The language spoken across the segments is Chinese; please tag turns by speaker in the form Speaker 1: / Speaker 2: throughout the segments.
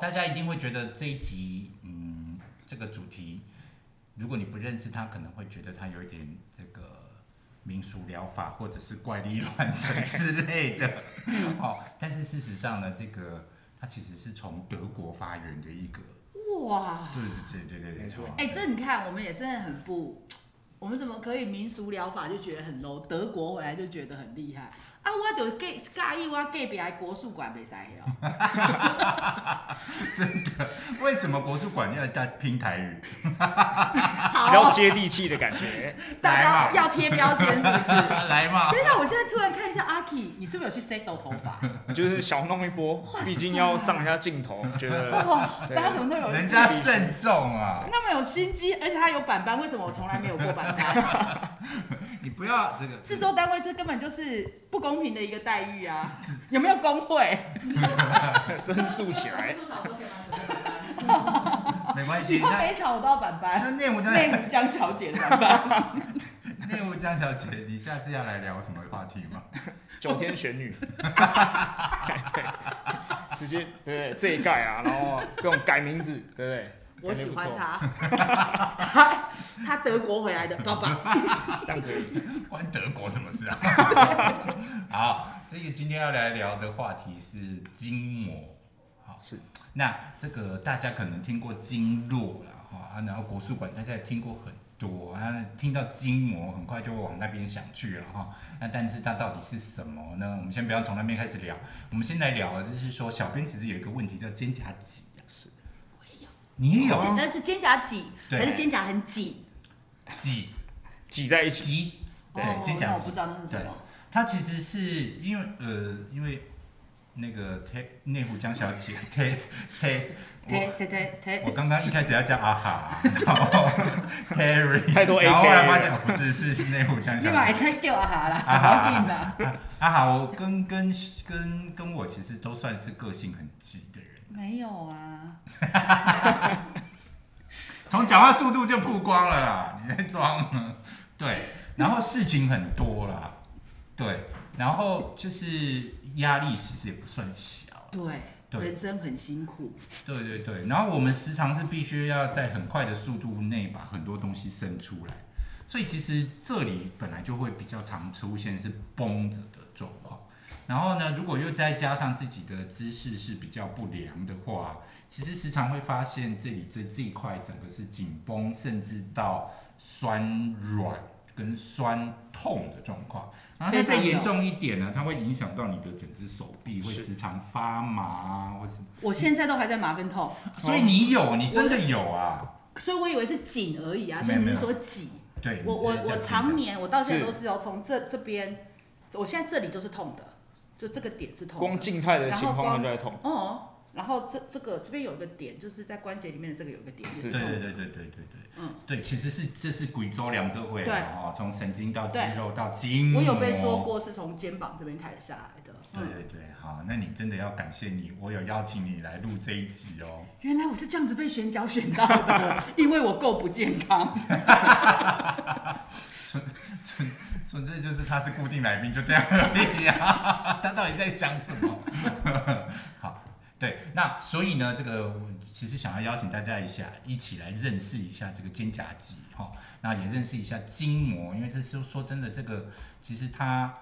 Speaker 1: 大家一定会觉得这一集，嗯，这个主题，如果你不认识他，可能会觉得他有一点这个民俗疗法或者是怪力乱神之类的。哦，但是事实上呢，这个它其实是从德国发源的一个，
Speaker 2: 哇，
Speaker 1: 对对对对对，
Speaker 3: 没错
Speaker 1: 哦
Speaker 2: 哎、这你看，我们也真的很不，我们怎么可以民俗疗法就觉得很 low，德国回来就觉得很厉害啊？我就 gay 介意我隔壁的国术馆袂使 哦，
Speaker 1: 为什么国术馆要在拼台语？
Speaker 2: 好
Speaker 3: 比较
Speaker 2: 哦，
Speaker 3: 接地气的感觉。
Speaker 2: 大
Speaker 1: 来
Speaker 2: 家
Speaker 1: 嘛
Speaker 2: 要贴标签是不是？
Speaker 1: 来嘛
Speaker 2: 等，一下，我现在突然看一下阿 K，你是不是有去 set 头 发？
Speaker 3: 就是小弄一波，毕竟要上一下镜头，觉得
Speaker 2: 哇，
Speaker 3: 对
Speaker 2: 大家怎么都有
Speaker 1: 人家慎重啊。
Speaker 2: 那么有心机，而且他有板班，为什么我从来没有过板 班？
Speaker 1: 你不要这个
Speaker 2: 制作单位这根本就是不公平的一个待 遇啊！有没有工会？
Speaker 3: 申诉起来。
Speaker 1: 没关
Speaker 2: 你
Speaker 1: 系。
Speaker 2: 要
Speaker 1: 那
Speaker 2: 每场我都要板
Speaker 1: 那
Speaker 2: 班，
Speaker 1: 内务
Speaker 2: 内
Speaker 1: 江
Speaker 2: 务江小姐的板班。
Speaker 1: 内务江小姐，你下次要来聊什么话题吗？
Speaker 3: 九天玄女， 对，直接对不对？这一盖啊，然后各种改名字，对不对？
Speaker 2: 我喜欢
Speaker 3: 感
Speaker 2: 他， 他他德国回来的爸爸，
Speaker 3: 觉不错，这样可以。
Speaker 1: 关德国什么事啊？好，这个今天要来聊的话题是筋膜。好，
Speaker 3: 是
Speaker 1: 那这个大家可能听过经络啦，哈、啊，然后国术馆大家也听过很多，啊，听到筋膜很快就会往那边想去了哈、那但是它到底是什么呢？我们先不要从那边开始聊，我们先来聊，就是说小编其实有一个问题叫肩胛肌啊，是，你 也有
Speaker 2: 那是肩胛挤
Speaker 1: 对
Speaker 2: 还是肩胛很紧？
Speaker 1: 脊
Speaker 3: 挤在一起，
Speaker 1: 脊对
Speaker 2: 哦
Speaker 1: 肩
Speaker 2: 那
Speaker 1: 胛
Speaker 2: 我不
Speaker 1: 肌
Speaker 2: 知。道那是什么。
Speaker 1: 它其实是因为呃，因为那个贴内湖江小姐贴贴
Speaker 2: 对
Speaker 1: 我
Speaker 2: 对对
Speaker 1: 我
Speaker 2: 对，
Speaker 1: 刚刚一开始要叫阿哈， 然后 Terry，
Speaker 3: 太多 AKA
Speaker 1: 然后后来发现哦不是是内湖江
Speaker 2: 你
Speaker 1: 小
Speaker 2: 买
Speaker 1: 姐。
Speaker 2: 菜给我哈啦，
Speaker 1: 啊哈
Speaker 2: 毛病啦。
Speaker 1: 阿哈，我跟跟跟跟我其实都算是个性很急的人，
Speaker 2: 没有啊，
Speaker 1: 从讲话速度就曝光了啦，你在装？对，然后事情很多啦，对，然后就是压力其实也不算小。
Speaker 2: 对，
Speaker 1: 对
Speaker 2: 人生很辛苦。
Speaker 1: 对对对，然后我们时常是必须要在很快的速度内把很多东西生出来，所以其实这里本来就会比较常出现是绷着的状况。然后呢，如果又再加上自己的姿势是比较不良的话，其实时常会发现这里这这一块整个是紧绷，甚至到酸软跟酸痛的状况。然后它
Speaker 2: 非常
Speaker 1: 再严
Speaker 2: 有
Speaker 1: 重一点呢，它会影响到你的整只手臂，会
Speaker 3: 是
Speaker 1: 时常发麻或者。
Speaker 2: 我现在都还在麻跟痛，
Speaker 1: 所以你有，你真的有啊？
Speaker 2: 所以我以为是紧而已啊，
Speaker 1: 没
Speaker 2: 所
Speaker 1: 有
Speaker 2: 以你是说挤？
Speaker 1: 对，
Speaker 2: 我我
Speaker 1: 你这
Speaker 2: 我
Speaker 1: 样
Speaker 2: 常
Speaker 1: 讲
Speaker 2: 年我到现在都是哦，从这这边，我现在这里就是痛的，就这个点是痛的。
Speaker 3: 光静态的情
Speaker 2: 然后
Speaker 3: 况
Speaker 2: 光
Speaker 3: 它就在痛。
Speaker 2: 哦，然后这这个这边有一个点，就是在关节里面的这个有一个点，就是
Speaker 1: 对
Speaker 2: 痛
Speaker 1: 对对对对对对，
Speaker 2: 嗯
Speaker 1: 对，其实是这是骨周梁这位
Speaker 2: 对
Speaker 1: 啊，哦从神经到肌
Speaker 2: 对
Speaker 1: 肉到筋膜。
Speaker 2: 我有被说。过是从肩膀这边开始下来的。
Speaker 1: 对
Speaker 2: 嗯，
Speaker 1: 对对，好，那你真的要感谢你，我有邀请你来录这一集哦。
Speaker 2: 原来我是这样子被选角选到的， 因为我够不健康。
Speaker 1: 纯纯粹就是他是固定来宾，就这样而已啊。 他到底在想什么？ 好，对，那所以呢，这个我其实想要邀请大家一下，一起来认识一下这个肩胛肌，哈、那也认识一下筋膜，因为这是说真的，这个其实它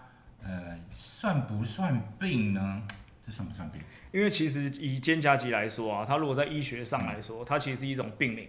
Speaker 1: 呃算不算病呢？这算不算病？
Speaker 3: 因为其实以肩胛肌来说啊，它如果在医学上来说，它其实是一种病名。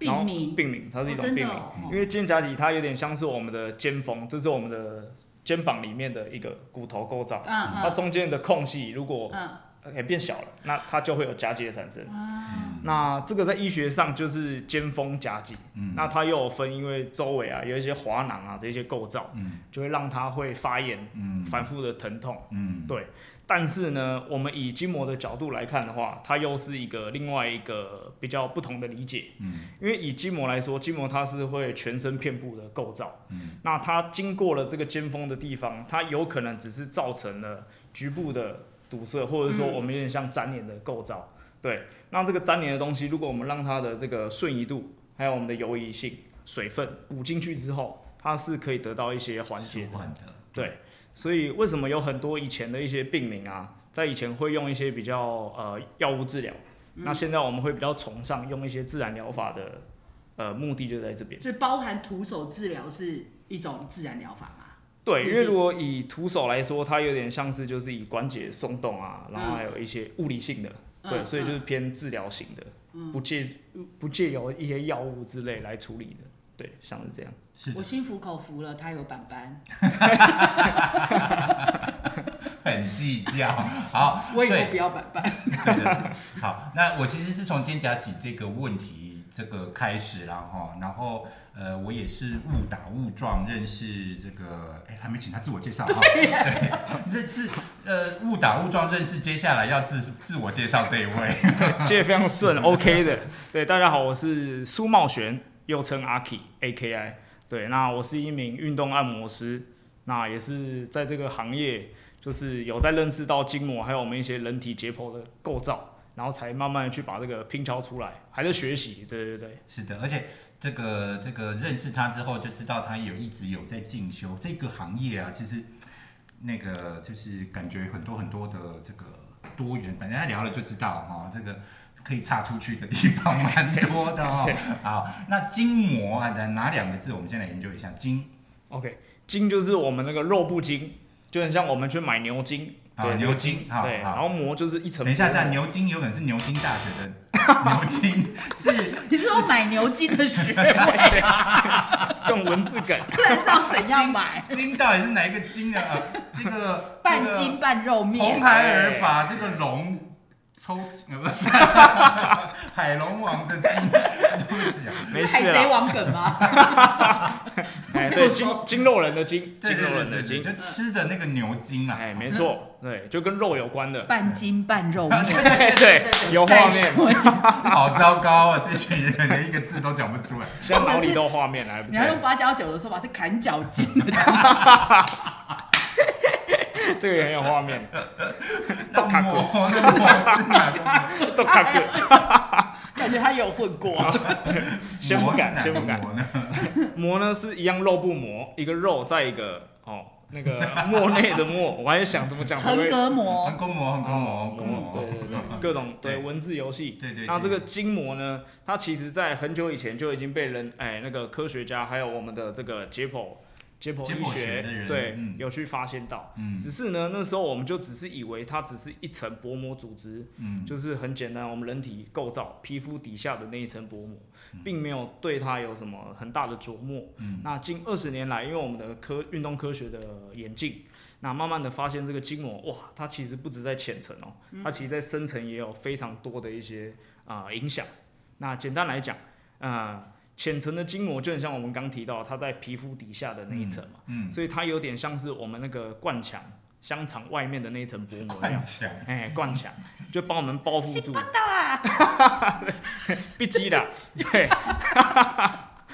Speaker 3: 然后
Speaker 2: 病名，
Speaker 3: 病名，它是一
Speaker 2: 哦
Speaker 3: 种
Speaker 2: 真的
Speaker 3: 病名。
Speaker 2: 哦
Speaker 3: 因为肩胛肌它有点像是我们的肩峰，这是我们的肩膀里面的一个骨头构造。
Speaker 2: 嗯
Speaker 3: 它
Speaker 2: 嗯
Speaker 3: 中间的空隙如果
Speaker 2: 嗯
Speaker 3: 也变小了，那它就会有夹节产生。
Speaker 2: 啊，
Speaker 3: 那这个在医学上就是肩峰夹脊，
Speaker 1: 嗯
Speaker 3: 那它又有分，因为周围啊有一些滑囊啊这些构造，
Speaker 1: 嗯
Speaker 3: 就会让它会发炎，
Speaker 1: 嗯
Speaker 3: 反复的疼痛。
Speaker 1: 嗯
Speaker 3: 对，但是呢，我们以筋膜的角度来看的话，它又是一个另外一个比较不同的理解。
Speaker 1: 嗯
Speaker 3: 因为以筋膜来说，筋膜它是会全身遍布的构造，
Speaker 1: 嗯
Speaker 3: 那它经过了这个尖峰的地方，它有可能只是造成了局部的堵塞，或者说
Speaker 2: 嗯
Speaker 3: 我们有点像粘连的构造。对，那这个粘连的东西，如果我们让它的这个瞬移度，还有我们的游移性、水分补进去之后，它是可以得到一些缓解
Speaker 1: 舒
Speaker 3: 的。
Speaker 1: 缓的，
Speaker 3: 对，所以为什么有很多以前的一些病名啊，在以前会用一些比较呃药物治疗，
Speaker 2: 嗯
Speaker 3: 那现在我们会比较崇尚用一些自然疗法的，呃，目的就在这边。
Speaker 2: 所以包含徒手治疗是一种自然疗法嘛？
Speaker 3: 对，
Speaker 2: 嗯
Speaker 3: 因为如果以徒手来说，它有点像是就是以关节松动啊，然后还有一些物理性的，对，
Speaker 2: 嗯
Speaker 3: 所以就是
Speaker 2: 嗯
Speaker 3: 偏治疗型的，不借不借由一些药物之类来处理的，对，像是这样。
Speaker 1: 是的
Speaker 2: 我心服口服了，他有板板，
Speaker 1: 很计较。好，
Speaker 2: 我以
Speaker 1: 对
Speaker 2: 后不要板板。
Speaker 1: 对对好，那我其实是从肩胛体这个问题这个开始啦哈，然后呃，我也是误打误撞认识这个，哎，还没请他自我介绍哈，对，这自呃误打误撞认识接下来要自自我介绍这一位，
Speaker 3: 接得非常顺，OK 的。对，大家好，我是苏茂璇，又称阿 k a k i 对，那我是一名运动按摩师，那也是在这个行业，就是有在认识到筋膜，还有我们一些人体解剖的构造，然后才慢慢的去把这个拼敲出来，还在学习。对对对，
Speaker 1: 是的，而且这个这个认识他之后，就知道他有一直有在进修这个行业啊，其实那个就是感觉很多很多的这个多元，反正他聊了就知道哈、哦，这个。可以岔出去的地方蛮多的 哦。好，那筋膜啊，哪两个字？我们先来研究一下筋
Speaker 3: OK，筋就是我们那个肉不筋，就很像我们去买牛筋，
Speaker 1: 啊，
Speaker 3: 对，
Speaker 1: 牛筋。好
Speaker 3: 对，然
Speaker 1: 好，
Speaker 3: 后膜就是一层。
Speaker 1: 等一下，等一下，，牛筋有可能是牛津大学的 牛筋，是
Speaker 2: 你是说买牛筋的 学位，
Speaker 3: 用文字 梗。
Speaker 2: 不然是要怎样买？
Speaker 1: 筋到底是哪一个筋呢？啊，这个
Speaker 2: 半
Speaker 1: 这个
Speaker 2: 筋半肉
Speaker 1: 红
Speaker 2: 面，
Speaker 1: 孩儿把这个龙抽，呃不 是海龙王的筋，对不起啊，
Speaker 3: 没
Speaker 2: 海
Speaker 3: 事
Speaker 2: 贼
Speaker 3: 啦，
Speaker 2: 王梗吗？
Speaker 3: 哎，对，筋筋肉人的筋，
Speaker 1: 对
Speaker 3: 筋
Speaker 1: 对
Speaker 3: 肉人
Speaker 1: 对对
Speaker 3: 的筋
Speaker 1: 对，，就吃的那个牛筋 啊，
Speaker 3: 哎，没错，对，就跟肉有关 的，
Speaker 2: 半筋半肉面，
Speaker 3: 哎对，有画面，
Speaker 1: 好糟糕啊！这群人连一个字都讲不出来。
Speaker 3: 现在脑里都有画面了，还不
Speaker 2: 你要
Speaker 3: 错
Speaker 2: 用，八加九的说法是砍脚筋 的，
Speaker 3: 这个也很有画面，
Speaker 1: 那
Speaker 3: 都卡过
Speaker 1: 魔那魔是哪个魔？
Speaker 3: 都看 过，
Speaker 2: 感觉他有混过。
Speaker 3: 先不
Speaker 1: 魔是啊
Speaker 3: 敢，
Speaker 1: 哪
Speaker 3: 先
Speaker 1: 个
Speaker 3: 不敢。
Speaker 1: 魔呢？
Speaker 3: 磨呢是一样肉不磨，一个肉再一个哦，那 个墨内的墨，我还是想怎么讲，会不
Speaker 2: 横
Speaker 3: 会
Speaker 2: 膈膜
Speaker 1: 横 膈膜，横膈膜，横膈
Speaker 3: 哦
Speaker 1: 膜
Speaker 3: 对。对对，各种对文字游戏，
Speaker 1: 对对对
Speaker 3: 那这个筋膜呢，它其实在很久以前就已经被人哎那个科学家还有我们的这个解剖解剖
Speaker 1: 解
Speaker 3: 医
Speaker 1: 剖学的人
Speaker 3: 对、
Speaker 1: 嗯
Speaker 3: 有去发现到。
Speaker 1: 嗯
Speaker 3: 只是呢，那时候我们就只是以为它只是一层薄膜组织，
Speaker 1: 嗯，
Speaker 3: 就是很简单，我们人体构造皮肤底下的那一层薄膜，并没有对它有什么很大的琢磨。
Speaker 1: 嗯
Speaker 3: 那近二十年来，因为我们的科运动科学的演进，那慢慢的发现这个筋膜，哇，它其实不止在浅层哦，
Speaker 1: 嗯
Speaker 3: 它其实在深层也有非常多的一些啊、呃影响。那简单来讲，呃，浅层的筋膜就很像我们刚提到，它在皮肤底下的那一层嘛，
Speaker 1: 嗯，
Speaker 3: 所以它有点像是我们那个灌肠香肠外面的那一层薄膜一
Speaker 1: 灌
Speaker 3: 样。
Speaker 1: 墙，
Speaker 3: 哎，灌墙 就把我们包覆住，
Speaker 2: 到 啊！
Speaker 3: 必击的，对，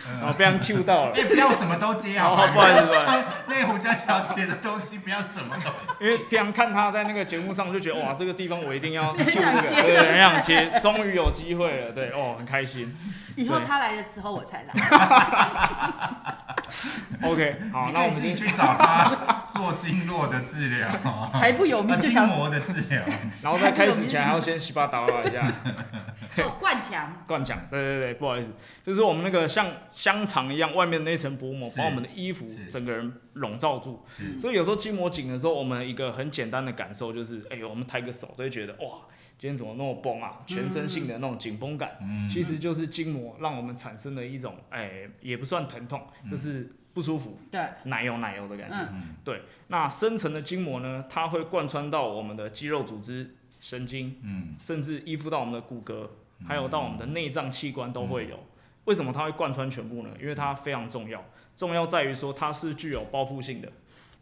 Speaker 3: 然后
Speaker 1: 嗯
Speaker 3: 被人 Q 到了，
Speaker 1: 哎，不要什么都接好
Speaker 3: 哦不好意思不好意 思
Speaker 1: 像那胡家小姐的东西不要什么都
Speaker 3: 因为平常看他在那个节目上就觉得哇，这个地方我一定要
Speaker 2: 很
Speaker 3: Q 这
Speaker 2: 想
Speaker 3: 个，
Speaker 2: 接
Speaker 3: 对，很想接，终于有机会了，对，哦，很开心。
Speaker 2: 以后
Speaker 3: 对
Speaker 2: 他来的时候我才来。
Speaker 3: OK，好，
Speaker 1: 你
Speaker 3: 那
Speaker 1: 可
Speaker 3: 我
Speaker 1: 以
Speaker 3: 们
Speaker 1: 自
Speaker 3: 今
Speaker 1: 己
Speaker 3: 天，
Speaker 1: 去找他做经络的治疗，
Speaker 2: 还不有名
Speaker 1: 啊
Speaker 2: 就
Speaker 1: 筋
Speaker 2: 想
Speaker 1: 膜的治疗。
Speaker 3: 然后在开始前还要先洗巴打扰一下，
Speaker 2: 哦灌墙，
Speaker 3: 灌讲，对对对，不好意思，就是我们那个像香肠一样外面的那层薄膜，
Speaker 1: 是
Speaker 3: 把我们的衣服
Speaker 1: 是
Speaker 3: 整个人笼罩住
Speaker 1: 是，
Speaker 3: 所以有时候筋膜紧的时候，我们一个很简单的感受就是，哎、呦，我们抬个手都会觉得哇，今天怎么那么绷啊，全身性的那种紧绷感，
Speaker 1: 嗯，
Speaker 3: 其实就是筋膜让我们产生了一种，哎、也不算疼痛，就是不舒服，
Speaker 2: 对，
Speaker 3: 奶油奶油的感觉。
Speaker 2: 嗯，
Speaker 1: 嗯
Speaker 3: 对，那深层的筋膜呢，它会贯穿到我们的肌肉组织、神经。
Speaker 1: 嗯，
Speaker 3: 甚至依附到我们的骨骼，还有到我们的内脏器官都会有。为什么它会贯穿全部呢？因为它非常重要，重要在于说它是具有包覆性的，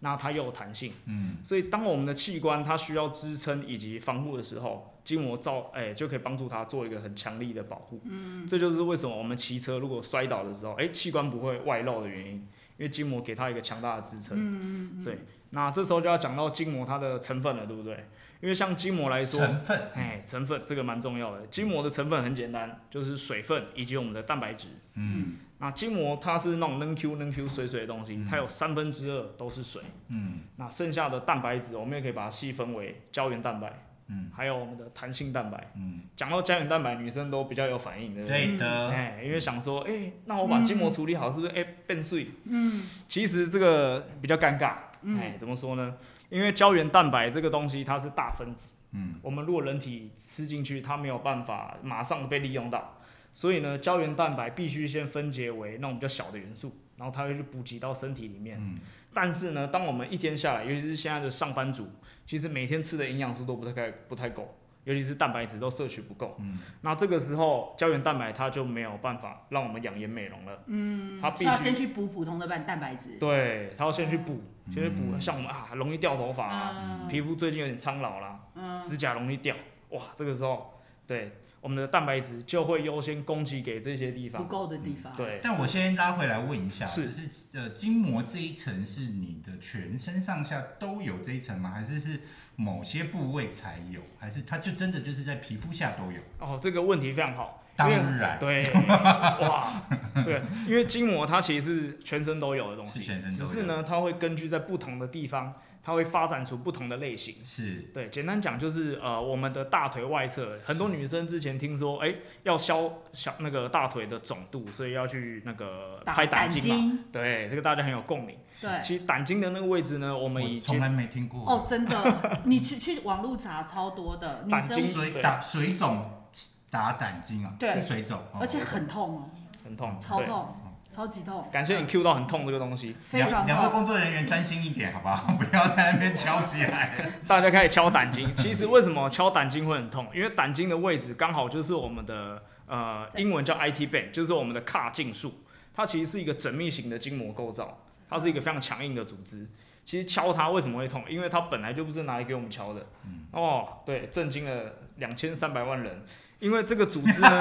Speaker 3: 那它又有弹性。
Speaker 1: 嗯，
Speaker 3: 所以当我们的器官它需要支撑以及防护的时候，筋膜造哎、就可以帮助它做一个很强力的保护。嗯，这就是为什么我们骑车如果摔倒的时候，哎、器官不会外露的原因，因为筋膜给它一个强大的支撑。嗯嗯对，那这时候就要讲到筋膜它的成分了，对不对？因为像筋膜来说，
Speaker 1: 成分，
Speaker 3: 哎，成分这个蛮重要的。筋膜的成分很简单，就是水分以及我们的蛋白质。
Speaker 1: 嗯
Speaker 3: 那筋膜它是那种能 Q 能 Q 水水的东西，它有三分之二都是水。
Speaker 1: 嗯
Speaker 3: 那剩下的蛋白质，我们也可以把它细分为胶原蛋白，
Speaker 1: 嗯
Speaker 3: 还有我们的弹性蛋白。
Speaker 1: 嗯，
Speaker 3: 讲到胶原蛋白，女生都比较有反应，对不对？
Speaker 1: 对啊的，
Speaker 3: 哎、因为想说，哎、那我把筋膜处理好，是不是哎、变碎？
Speaker 2: 嗯
Speaker 3: 其实这个比较尴尬，
Speaker 2: 嗯
Speaker 3: 哎、怎么说呢？因为胶原蛋白这个东西它是大分子，
Speaker 1: 嗯
Speaker 3: 我们如果人体吃进去，它没有办法马上被利用到，所以呢，胶原蛋白必须先分解为那种比较小的元素，然后它会去补给到身体里面。
Speaker 1: 嗯，
Speaker 3: 但是呢，当我们一天下来，尤其是现在的上班族，其实每天吃的营养素都不太不太够，尤其是蛋白质都摄取不够。
Speaker 1: 嗯，
Speaker 3: 那这个时候胶原蛋白它就没有办法让我们养颜美容了，
Speaker 2: 嗯，
Speaker 3: 它必须
Speaker 2: 要先去补普通的蛋蛋白质。
Speaker 3: 对，它要先去补，
Speaker 1: 嗯
Speaker 3: 先去补，像我们啊容易掉头发啊，
Speaker 2: 嗯
Speaker 3: 皮肤最近有点苍老啦，
Speaker 2: 嗯
Speaker 3: 指甲容易掉，哇，这个时候对我们的蛋白质就会优先供给给这些地
Speaker 2: 不
Speaker 3: 方，
Speaker 2: 够啊的地方。
Speaker 3: 嗯对，
Speaker 1: 但我先拉回来问一下，
Speaker 3: 是
Speaker 1: 就是呃，筋膜这一层是你的全身上下都有这一层吗？还是是某些部位才有？还是它就真的就是在皮肤下都有？
Speaker 3: 哦，这个问题非常好，因
Speaker 1: 当
Speaker 3: 为
Speaker 1: 然，
Speaker 3: 对，哇，对，因为筋膜它其实是全身都有的东
Speaker 1: 是
Speaker 3: 西，
Speaker 1: 全身都
Speaker 3: 只
Speaker 1: 有
Speaker 3: 是呢，它会根据在不同的地方，它会发展出不同的类型。
Speaker 1: 是，
Speaker 3: 对，简单讲就是呃，我们的大腿外侧，很多女生之前听说，哎、要消消那个大腿的肿度，所以要去那个
Speaker 2: 打
Speaker 3: 拍胆
Speaker 2: 胆
Speaker 3: 经嘛。
Speaker 2: 经，
Speaker 3: 对，这个大家很有共鸣。
Speaker 2: 对。
Speaker 3: 其实胆经的那个位置呢，我们已
Speaker 1: 我从
Speaker 3: 经
Speaker 1: 来没听过。
Speaker 2: 哦，真的，你去去网络查超多的女
Speaker 3: 胆经
Speaker 2: 生，
Speaker 1: 水
Speaker 3: 对
Speaker 1: 打水肿打胆经啊，
Speaker 2: 对
Speaker 1: 是水肿，哦
Speaker 2: 而且很痛哦，
Speaker 3: 很痛，
Speaker 2: 超
Speaker 3: 对。
Speaker 2: 痛，超级痛，
Speaker 3: 感谢你 Q 到很痛这个东西，
Speaker 2: 非
Speaker 1: 两
Speaker 2: 常
Speaker 1: 两位
Speaker 2: 痛。
Speaker 1: 工作人员专心一点，好不好？ 不要在那边敲起来。
Speaker 3: 大家开始敲胆经。其实为什么敲胆经会很痛？因为胆经的位置刚好就是我们的呃英文叫 IT band，就是我们的髂胫束，它其实是一个缜密型的筋膜构造，它是一个非常强硬的组织。其实敲它为什么会痛？因为它本来就不是拿来给我们敲的。哦，对，震惊了两千三百万人。因为这个组织呢，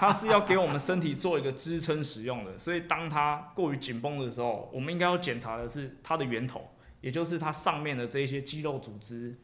Speaker 3: 它是要给我们身体做一个支撑使用的，所以当它过于紧绷的时候，我们应该要检查的是它的源头，也就是它上面的这一些肌肉组织、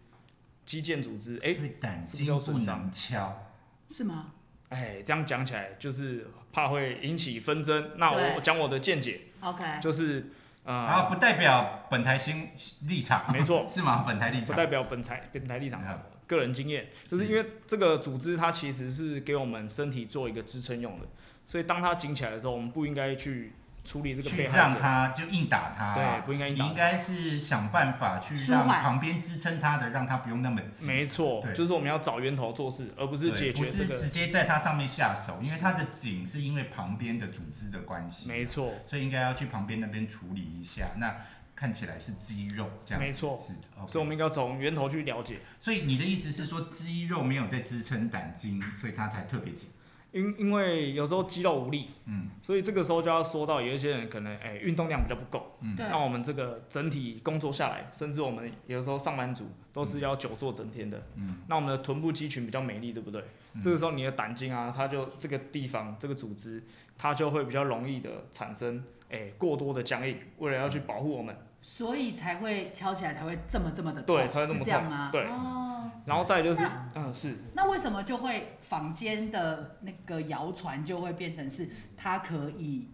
Speaker 3: 肌腱组织。哎
Speaker 1: 所以胆
Speaker 3: 是不是
Speaker 1: 经
Speaker 3: 要受
Speaker 1: 不能
Speaker 3: 伤
Speaker 1: 敲，
Speaker 2: 是吗？
Speaker 3: 哎，这样讲起来就是怕会引起纷争。那我
Speaker 2: 对
Speaker 3: 讲我的见解，
Speaker 2: OK，
Speaker 3: 就是
Speaker 1: 然后啊
Speaker 3: 呃，
Speaker 1: 不代表本台新立场，
Speaker 3: 没错，
Speaker 1: 是吗？本台立
Speaker 3: 不
Speaker 1: 场
Speaker 3: 代表本台本台立场
Speaker 1: 嗯。
Speaker 3: 个人经验，就是因为这个组织它其实是给我们身体做一个支撑用的，所以当它紧起来的时候，我们不应该去处理这个
Speaker 1: 去
Speaker 3: 被害
Speaker 1: 让
Speaker 3: 者，
Speaker 1: 他就硬打他，
Speaker 3: 对，，不应该
Speaker 1: 你
Speaker 3: 引导
Speaker 1: 应。该是想办法去让
Speaker 2: 舒缓
Speaker 1: 旁边支撑他的，让他不用那么急。
Speaker 3: 没错，
Speaker 1: 对
Speaker 3: 就是我们要找源头做事，而不是
Speaker 1: 对
Speaker 3: 解
Speaker 1: 不
Speaker 3: 决这
Speaker 1: 是
Speaker 3: 个
Speaker 1: 直。接在他上面下手，因为
Speaker 3: 是
Speaker 1: 他的紧是因为旁边的组织的关系，
Speaker 3: 没错，
Speaker 1: 所以应该要去旁边那边处理一下。那看起来是肌肉这样子，
Speaker 3: 没错
Speaker 1: 是的。OK
Speaker 3: 所以我们应该从源头去了解，
Speaker 1: 所以你的意思是说，肌肉没有在支撑胆经，所以它才特别紧。
Speaker 3: 因因为有时候肌肉无力，
Speaker 1: 嗯，
Speaker 3: 所以这个时候就要说到有一些人可能哎运动量比较不够，
Speaker 1: 嗯
Speaker 2: 对，
Speaker 3: 那我们这个整体工作下来，甚至我们有时候上班族都是要久坐整天的，
Speaker 1: 嗯，
Speaker 3: 那我们的臀部肌群比较美丽，对不对？
Speaker 1: 嗯
Speaker 3: 这个时候你的胆经啊，它就这个地方这个组织，它就会比较容易的产生哎、过多的僵硬，为了要去保护我们，
Speaker 2: 所以才会敲起来才会这么这么的痛，
Speaker 3: 对才会这么
Speaker 2: 是
Speaker 3: 痛
Speaker 2: 这样吗？
Speaker 3: 对
Speaker 2: 哦，
Speaker 3: 然后再就是
Speaker 2: 那
Speaker 3: 嗯是
Speaker 2: 那为什么就会坊间的那个谣传就会变成是它可以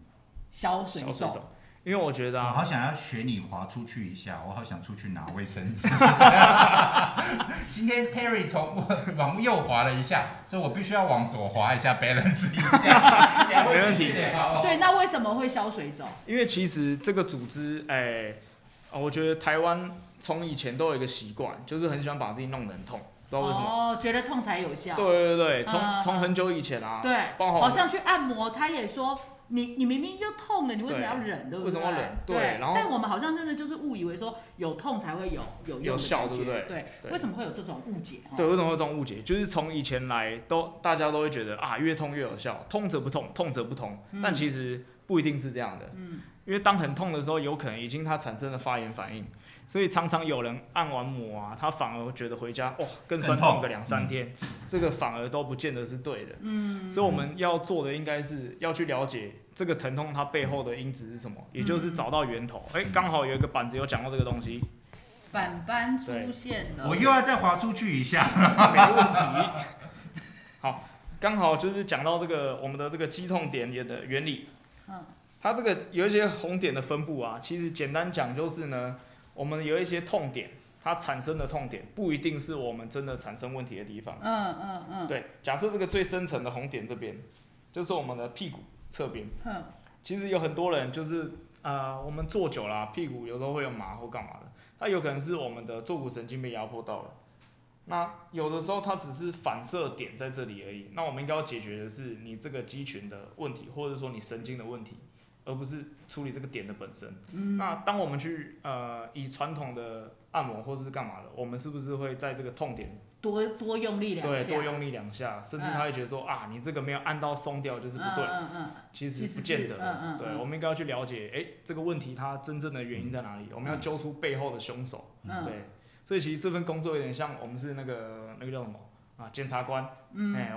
Speaker 2: 消水
Speaker 3: 小水
Speaker 2: 肿
Speaker 3: 肿？，因为我觉得
Speaker 1: 我
Speaker 3: 啊，
Speaker 1: 好想要学你滑出去一下，我好想出去拿卫生 纸。今天 Terry 从我往右滑了一下，所以我必须要往左滑一下，balance 一下。等一下会
Speaker 3: 没问题
Speaker 1: 继续聊哦
Speaker 2: 对，那为什么会消水肿？
Speaker 3: 因为其实这个组织，哎、呃我觉得台湾从以前都有一个习惯，就是很喜欢把自己弄得很痛，不知道为什么。
Speaker 2: 哦，觉得痛才有效。
Speaker 3: 对对对，从
Speaker 2: 嗯
Speaker 3: 从、很久以前啊，
Speaker 2: 对，
Speaker 3: 包含
Speaker 2: 好像去按摩，他也说你你明明就痛了，你为什么要忍，对不
Speaker 3: 为什么要忍
Speaker 2: 对，
Speaker 3: 对然后
Speaker 2: 但我们好像真的就是误以为说有痛才会有有用的
Speaker 3: 有效
Speaker 2: 感觉
Speaker 3: 对不对对
Speaker 2: 为什么会有这种误解？
Speaker 3: 对，为什么会有这种误解？就是从以前来都大家都会觉得啊，越痛越有效，痛则不痛，痛则不通，但其实不一定是这样的。
Speaker 2: 嗯，
Speaker 3: 因为当很痛的时候，有可能已经它产生了发炎反应，所以常常有人按完摩啊，他反而觉得回家哇更酸
Speaker 1: 更痛
Speaker 3: 痛个两三天，这个反而都不见得是对的。
Speaker 2: 嗯，
Speaker 3: 所以我们要做的应该是要去了解这个疼痛它背后的因子是什么，也
Speaker 2: 嗯
Speaker 3: 就是找到源头。哎，刚好有一个板子有讲到这个东西，
Speaker 2: 反班出现了。
Speaker 1: 我又要再滑出去一下。
Speaker 3: 没问题。好，刚好就是讲到这个我们的这个肌痛点也的原理。
Speaker 2: 嗯
Speaker 3: 它这个有一些红点的分布啊，其实简单讲就是呢，我们有一些痛点，它产生的痛点不一定是我们真的产生问题的地方。
Speaker 2: 嗯嗯嗯，
Speaker 3: 对，假设这个最深层的红点这边，就是我们的屁股侧边。
Speaker 2: 哼，
Speaker 3: 其实有很多人就是呃，我们坐久了啊、屁股有时候会有麻或干嘛的，它有可能是我们的坐骨神经被压迫到了。那有的时候它只是反射点在这里而已。那我们应该要解决的是你这个肌群的问题，或者说你神经的问题，而不是处理这个点的本身。
Speaker 2: 嗯
Speaker 3: 那当我们去呃以传统的按摩或者是干嘛的，我们是不是会在这个痛点
Speaker 2: 多多用力两
Speaker 3: 对
Speaker 2: 下，
Speaker 3: 多用力两下，甚至他会觉得说、啊，你这个没有按到松掉就是不对。
Speaker 2: 嗯嗯嗯，
Speaker 3: 其
Speaker 2: 其
Speaker 3: 实
Speaker 2: 实
Speaker 3: 不见
Speaker 2: 是
Speaker 3: 得，
Speaker 2: 嗯嗯
Speaker 3: 对，
Speaker 2: 嗯
Speaker 3: 我们应该要去了解，哎、这个问题它真正的原因在哪里？我们要揪出背后的凶手，
Speaker 2: 嗯
Speaker 3: 对。所以其实这份工作有点像我们是那个那个叫什么啊，检察官，哎、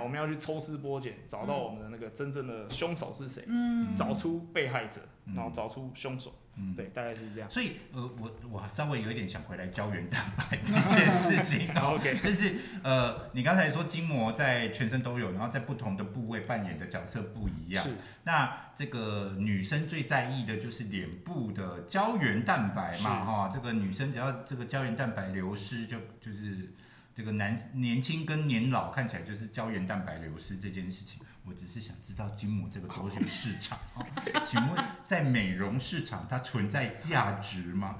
Speaker 2: 嗯
Speaker 3: 我们要去抽丝剥茧，找到我们的那个真正的凶手是谁，
Speaker 2: 嗯
Speaker 3: 找出被害者，
Speaker 1: 嗯
Speaker 3: 然后找出凶手，
Speaker 1: 嗯，
Speaker 3: 对，大概是这样。
Speaker 1: 所以呃，我我稍微有一点想回来胶原蛋白这件事情哦，
Speaker 3: OK，
Speaker 1: 就是呃，你刚才说筋膜在全身都有，然后在不同的部位扮演的角色不一样。
Speaker 3: 是
Speaker 1: 那这个女生最在意的就是脸部的胶原蛋白嘛，
Speaker 3: 是
Speaker 1: 哈、这个女生只要这个胶原蛋白流失就，就是这个男年轻跟年老看起来就是胶原蛋白流失这件事情。我只是想知道筋膜这个东西的市 场，哦、请问在美容市场它存在价值吗？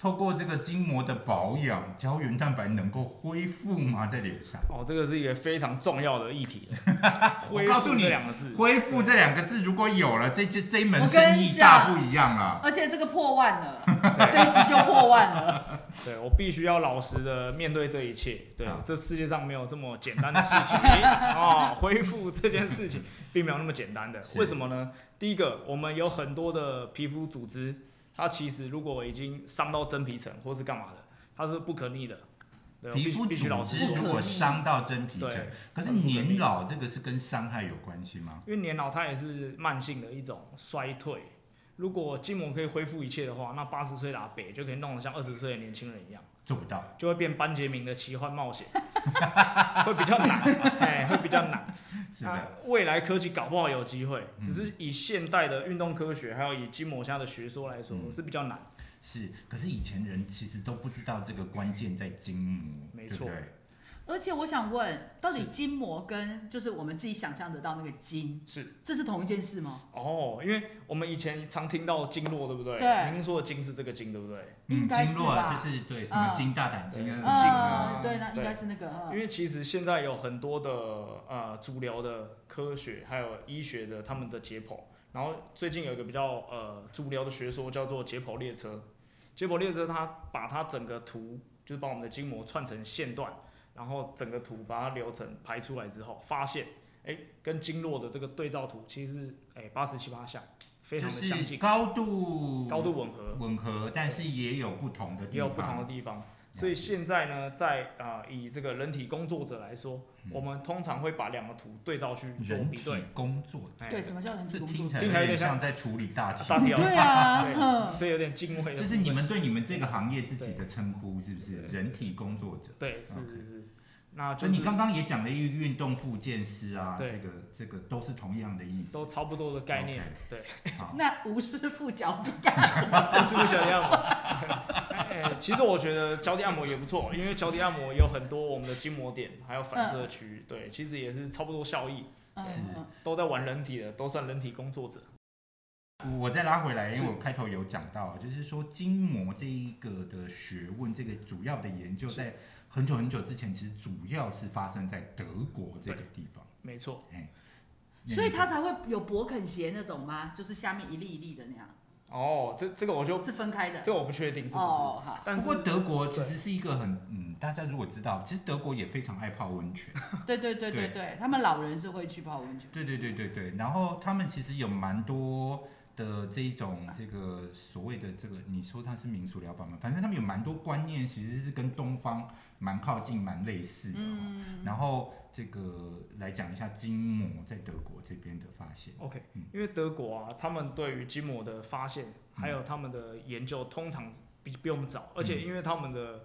Speaker 1: 透过这个筋膜的保养，胶原蛋白能够恢复吗？在脸上？
Speaker 3: 哦，这个是一个非常重要的议题， 恢
Speaker 1: 我告诉
Speaker 3: 复
Speaker 1: 你
Speaker 3: 这两个字，
Speaker 1: 恢复这两个字如果有了，这这这一门
Speaker 2: 我跟
Speaker 1: 生
Speaker 2: 你
Speaker 1: 意
Speaker 2: 讲
Speaker 1: 大不一样了。
Speaker 2: 而且这个破万 了，这一集就破万了，
Speaker 3: 对我必须要老实的面对这一切。对
Speaker 1: 好，
Speaker 3: 这世界上没有这么简单的事情啊、恢复这件事情并没有那么简单的。
Speaker 1: 是
Speaker 3: 为什么呢？第一个，我们有很多的皮肤组织，它其实如果已经伤到真皮层或是干嘛的，它是不可逆的。对，我必
Speaker 1: 皮
Speaker 3: 须
Speaker 1: 肤
Speaker 3: 必须老
Speaker 1: 组
Speaker 3: 实
Speaker 1: 织
Speaker 3: 说
Speaker 1: 如，果伤到真皮层
Speaker 3: 对，
Speaker 1: 可是年老这个是跟伤害有关系吗？
Speaker 3: 因为年老它也是慢性的一种衰退。如果筋膜可以恢复一切的话，那八十岁的阿北就可以弄得像二十岁的年轻人一样。
Speaker 1: 做不到。
Speaker 3: 就会变班杰明的奇幻 冒险，会比较难，哎，会比较难。
Speaker 1: 是
Speaker 3: 那
Speaker 1: 的，
Speaker 3: 未来科技搞不好有机会，
Speaker 1: 嗯
Speaker 3: 只是以现代的运动科学还有以筋膜下的学说来说
Speaker 1: 嗯
Speaker 3: 是比较难。
Speaker 1: 是。可是以前人其实都不知道这个关键在筋膜，
Speaker 3: 没
Speaker 1: 对不
Speaker 3: 错
Speaker 1: 对？
Speaker 2: 而且我想问，到底筋膜跟就是我们自己想象得到那个筋，
Speaker 3: 是
Speaker 2: 这是同一件事吗？
Speaker 3: 哦，因为我们以前常听到经络，对不对？
Speaker 2: 对
Speaker 3: 您说的经是这个经，对不对？
Speaker 2: 应该
Speaker 1: 经
Speaker 2: 是
Speaker 1: 络
Speaker 2: 吧
Speaker 1: 啊就是对什么
Speaker 2: 嗯
Speaker 1: 筋、大胆筋
Speaker 3: 对
Speaker 1: 啊，
Speaker 2: 啊，
Speaker 1: 啊，
Speaker 2: 对，那应
Speaker 3: 对哎
Speaker 2: 该是那个，嗯
Speaker 3: 因为其实现在有很多的呃主流的科学还有医学的他们的解剖，然后最近有一个比较呃主流的学说叫做解剖列车。解剖列车它把它整个图就是把我们的筋膜串成线段，然后整个图把它流程排出来之后，发现哎、跟经络的这个对照图其实哎八十七八像，非常
Speaker 1: 就
Speaker 3: 的相
Speaker 1: 是
Speaker 3: 近，
Speaker 1: 高度
Speaker 3: 高度吻合。
Speaker 1: 吻合，但是也有不同的地方，
Speaker 3: 也有不同的地方。所以现在呢，在啊、呃以这个人体工作者来说，我们通常会把两个图对照去做
Speaker 1: 嗯人
Speaker 3: 比
Speaker 1: 体
Speaker 3: 对。
Speaker 1: 工作，
Speaker 3: 哎
Speaker 2: 对，什么叫人体
Speaker 1: 这
Speaker 2: 工
Speaker 1: 听
Speaker 2: 作
Speaker 1: 起
Speaker 2: 者？
Speaker 1: 来有点像在处理大题，
Speaker 3: 大题
Speaker 2: 对啊，嗯
Speaker 3: 这有点敬畏的部分。
Speaker 1: 就是你们对你们这个行业自己的称呼是不是？人体工作者。
Speaker 3: 对，是是是。那
Speaker 1: 所
Speaker 3: 就
Speaker 1: 以你
Speaker 3: 是
Speaker 1: 刚刚也讲了一个运动复健师啊，这
Speaker 3: 对
Speaker 1: 个这个都是同样的意思。
Speaker 3: 都差不多的概念
Speaker 1: OK
Speaker 3: 对，
Speaker 1: 好，
Speaker 2: 那无师傅脚底，
Speaker 3: 是不是这样子？哎哎其实我觉得脚底按摩也不错，因为脚底按摩有很多我们的筋膜点，还有反射区，对，其实也是差不多效益，
Speaker 2: 嗯
Speaker 1: 是
Speaker 2: 嗯
Speaker 3: 都在玩人体的，都算人体工作者。
Speaker 1: 我再拉回来，因
Speaker 3: 是
Speaker 1: 为我开头有讲到，就是说筋膜这一个的学问，这个主要的研究
Speaker 3: 是
Speaker 1: 在很久很久之前，其实主要是发生在德国这个地方。
Speaker 3: 没错，
Speaker 1: 嗯
Speaker 2: 所以他才会有勃肯鞋那种吗？就是下面一粒一粒的那样，
Speaker 3: 哦，这这个我就是
Speaker 2: 分开的
Speaker 3: 这。个我不确定是不是，
Speaker 2: 哦，好，
Speaker 3: 但
Speaker 1: 不
Speaker 3: 是
Speaker 1: 过德国其实是一个很嗯，大家如果知道，其实德国也非常爱泡温泉。
Speaker 2: 对对对对对，他们老人是会去泡温泉。
Speaker 1: 对对对对对，然后他们其实有蛮多的这一种这个所谓的这个，你说它是民俗疗法吗？反正他们有蛮多观念，其实是跟东方蛮靠近、蛮类似的哦。
Speaker 2: 嗯，
Speaker 1: 然后这个来讲一下筋膜在德国这边的发现，
Speaker 3: OK，
Speaker 1: 嗯
Speaker 3: 因为德国啊，他们对于筋膜的发现还有他们的研究，通常
Speaker 1: 嗯
Speaker 3: 比比我们早，而且因为他们的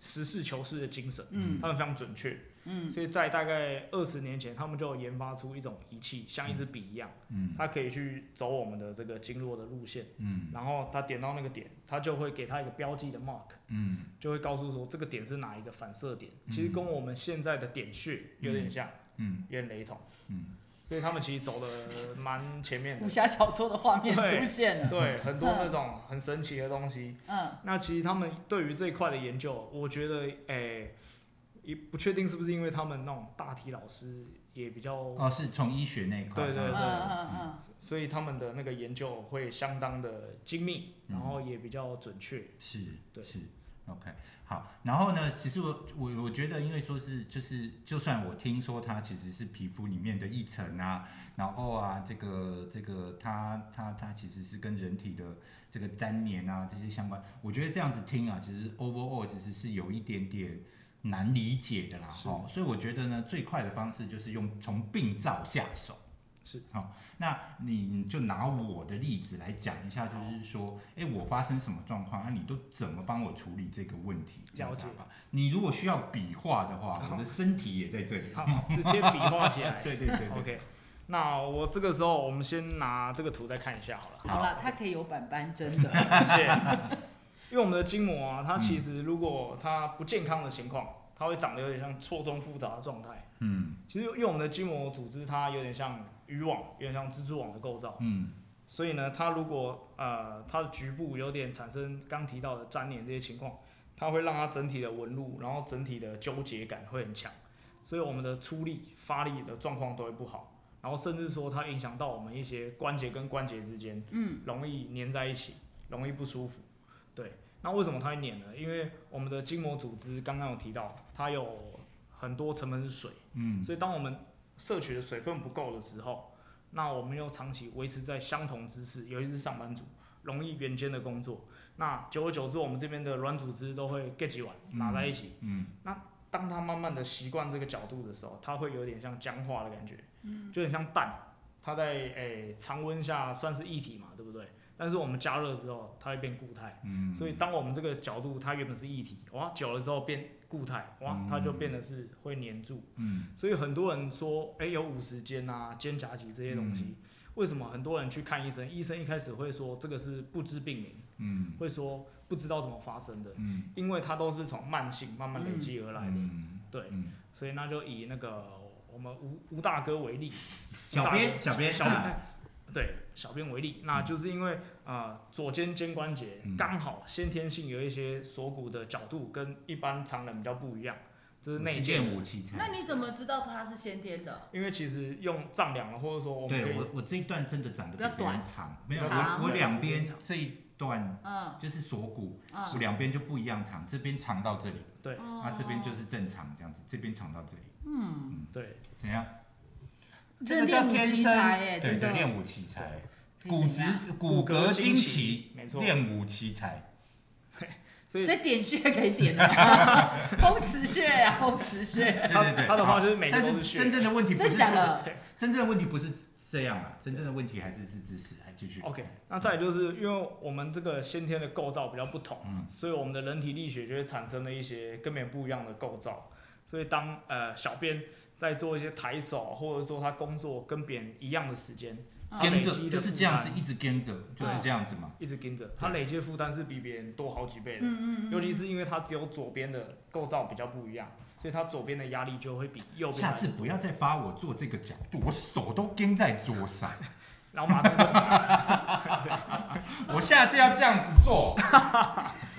Speaker 3: 实事求是的精神，
Speaker 2: 嗯
Speaker 3: 他们非常准确，嗯，所以在大概二十年前，他们就有研发出一种仪器，像一支笔一样，
Speaker 1: 嗯
Speaker 3: 它可以去走我们的这个经络的路线，
Speaker 1: 嗯
Speaker 3: 然后它点到那个点，它就会给它一个标记的 mark，
Speaker 1: 嗯
Speaker 3: 就会告诉说这个点是哪一个反射点，其实跟我们现在的点穴有点像，
Speaker 1: 嗯
Speaker 3: 有点雷同，
Speaker 1: 嗯，
Speaker 3: 所以他们其实走的蛮前面
Speaker 2: 武
Speaker 3: 的，
Speaker 2: 侠小说的画面
Speaker 3: 对
Speaker 2: 出现 了。
Speaker 3: 对，很多那种很神奇的东西。
Speaker 2: 嗯，
Speaker 3: 那其实他们对于这一块的研究，我觉得，诶、也不确定是不是因为他们那种大体老师也比较，
Speaker 1: 哦，是从医学那一块，啊
Speaker 3: 对对
Speaker 2: 嗯
Speaker 3: 对
Speaker 2: 嗯嗯
Speaker 3: 所以他们的那个研究会相当的精密，
Speaker 1: 嗯
Speaker 3: 然后也比较准确。
Speaker 1: 是，
Speaker 3: 对
Speaker 1: 是，OK，好。然后呢，其实我我我觉得，因为说是就是，就算我听说它其实是皮肤里面的一层啊，然后啊，这个这个它它它其实是跟人体的这个粘连啊这些相关，我觉得这样子听啊，其实 overall 其实是有一点点。难理解的啦，
Speaker 3: 是
Speaker 1: 哈、所以我觉得呢，最快的方式就是用从病灶下手。
Speaker 3: 是，
Speaker 1: 好、那你就拿我的例子来讲一下，就是说，哎，我发生什么状况，那、你都怎么帮我处理这个问题？这样
Speaker 3: 了
Speaker 1: 子
Speaker 3: 解
Speaker 1: 好吧？你如果需要笔画的话，我的身体也在这里。
Speaker 3: 好，直接比划起 来。
Speaker 1: 对对对对，
Speaker 3: OK，那我这个时候我们先拿这个图再看一下好了。
Speaker 2: 嗯，好了，它可以有板板，真的。
Speaker 3: 谢谢。因为我们的筋膜啊，它其
Speaker 1: 嗯
Speaker 3: 实如果它不健康的情况，它会长得有点像错综复杂的状态。
Speaker 1: 嗯
Speaker 3: 其实因为我们的筋膜组织它有点像渔网，有点像蜘蛛网的构造，
Speaker 1: 嗯
Speaker 3: 所以呢，它如果呃它的局部有点产生刚提到的粘连这些情况，它会让它整体的纹路，然后整体的纠结感会很强，所以我们的出力发力的状况都会不好，然后甚至说它影响到我们一些关节跟关节之间。
Speaker 2: 嗯，
Speaker 3: 容易粘在一起，容易不舒服。对，那为什么它会粘呢？因为我们的筋膜组织刚刚有提到，它有很多成分是水，
Speaker 1: 嗯
Speaker 3: 所以当我们摄取的水分不够的时候，那我们又长期维持在相同姿势，尤其是上班族，容易圆肩的工作，那久而久之，我们这边的软组织都会 get 几碗拿在一起。
Speaker 1: 嗯
Speaker 3: 当它慢慢的习惯这个角度的时候，它会有点像僵化的感觉，
Speaker 1: 嗯
Speaker 3: 就很像蛋，它在诶、常温下算是液体嘛，对不对？但是我们加热之后，它会变固态，
Speaker 1: 嗯，
Speaker 3: 所以当我们这个角度它原本是液体，哇，久了之后变固态，哇
Speaker 1: 嗯，
Speaker 3: 它就变得是会粘住。
Speaker 1: 嗯
Speaker 3: 所以很多人说，哎、有五十肩啊、肩胛肌这些东
Speaker 1: 嗯
Speaker 3: 西，为什么很多人去看医生？医生一开始会说这个是不知病名，
Speaker 1: 嗯
Speaker 3: 会说不知道怎么发生的，
Speaker 1: 嗯
Speaker 3: 因为它都是从慢性慢慢累积而来的。
Speaker 1: 嗯，
Speaker 3: 对，
Speaker 1: 嗯，
Speaker 3: 所以那就以那个我们吴吴大哥为例，
Speaker 1: 小编
Speaker 3: 吴大哥
Speaker 1: 小编
Speaker 3: 小编、哎
Speaker 1: 啊
Speaker 3: 对小编为例，那就是因为呃左肩肩关节
Speaker 1: 嗯
Speaker 3: 刚好先天性有一些锁骨的角度跟一般常人比较不一样，这是内
Speaker 1: 我
Speaker 3: 建
Speaker 1: 是。练武奇才。
Speaker 2: 那你怎么知道它是先天的？
Speaker 3: 因为其实用丈量了，或者说我们可
Speaker 1: 对
Speaker 3: 以
Speaker 1: 我我这一段真的长得
Speaker 2: 比较
Speaker 1: 别人
Speaker 2: 短
Speaker 1: 长，没有我
Speaker 2: 长
Speaker 1: 我两
Speaker 3: 比别
Speaker 1: 边
Speaker 3: 人长
Speaker 1: 这一段
Speaker 2: 嗯
Speaker 1: 就是锁骨，
Speaker 2: 嗯，哦
Speaker 1: 我两边就不一样长，这边长到这里，
Speaker 3: 对
Speaker 1: 那、这边就是是正常这样子，这边长到这里，
Speaker 2: 嗯，
Speaker 3: 对
Speaker 1: 怎样？
Speaker 2: 这
Speaker 1: 个叫
Speaker 2: 练武
Speaker 1: 天
Speaker 2: 奇
Speaker 1: 生
Speaker 2: 才耶
Speaker 1: 对
Speaker 2: 真
Speaker 1: 对，
Speaker 2: 的
Speaker 1: 练武奇才，
Speaker 3: 哎对，嗯
Speaker 1: 骨质骨骼惊奇，
Speaker 3: 没错。
Speaker 1: 练武奇才。
Speaker 3: 所以
Speaker 2: 所以点穴可以点的， 风池穴啊，风池穴。
Speaker 1: 对
Speaker 3: 他
Speaker 1: 对对，
Speaker 3: 哎他的话
Speaker 1: 好
Speaker 3: 就是每个
Speaker 1: 但
Speaker 3: 都
Speaker 1: 是
Speaker 3: 是血
Speaker 1: 真正的问题不是
Speaker 2: 真假
Speaker 1: 这
Speaker 2: 的
Speaker 1: 个，真正的问题不是这样啊，真正的问题还是是知识，还继续。
Speaker 3: OK，那再来就是因为我们这个先天的构造比较不同，
Speaker 1: 嗯
Speaker 3: 所以我们的人体力学就会产生了一些根本不一样的构造。所以当呃小编在做一些抬手，或者说他工作跟别人一样的时间，
Speaker 2: 嗯
Speaker 1: 跟
Speaker 3: 跟啊累
Speaker 1: 着
Speaker 3: 积的
Speaker 1: 就是
Speaker 3: 负
Speaker 1: 这样
Speaker 3: 担啊
Speaker 1: 子，一直跟着就是这样子嘛。
Speaker 3: 一直跟着，他累积的负担是比别人多好几倍的。
Speaker 2: 嗯嗯嗯，
Speaker 3: 尤其是因为他只有左边的构造比较不一样，所以他左边的压力就会比右边。
Speaker 1: 下次不要，再发我做这个角度，我手都跟在桌上，
Speaker 3: 然后马上就死
Speaker 1: 我下次要这样子 做。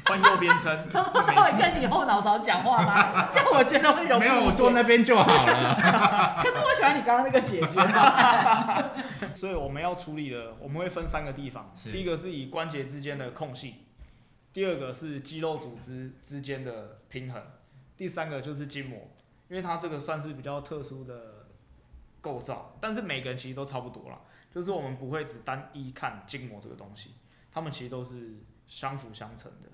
Speaker 3: 换右边撑，
Speaker 2: 从头到尾 跟你后脑勺讲话吗？ 这样我觉得会容易。
Speaker 1: 没有，我坐。那边就好了。
Speaker 2: 可是我喜欢你刚刚那个解决方案。
Speaker 3: 所以我们要处理的，我们会分三个地方。
Speaker 1: 是
Speaker 3: 第一个是以关节之间的空隙，第二个是肌肉组织之间的平衡，第三个就是筋膜，因为它这个算是比较特殊的构造，但是每个人其实都差不多啦。就是我们不会只单一看筋膜这个东西，它们其实都是相辅相成的。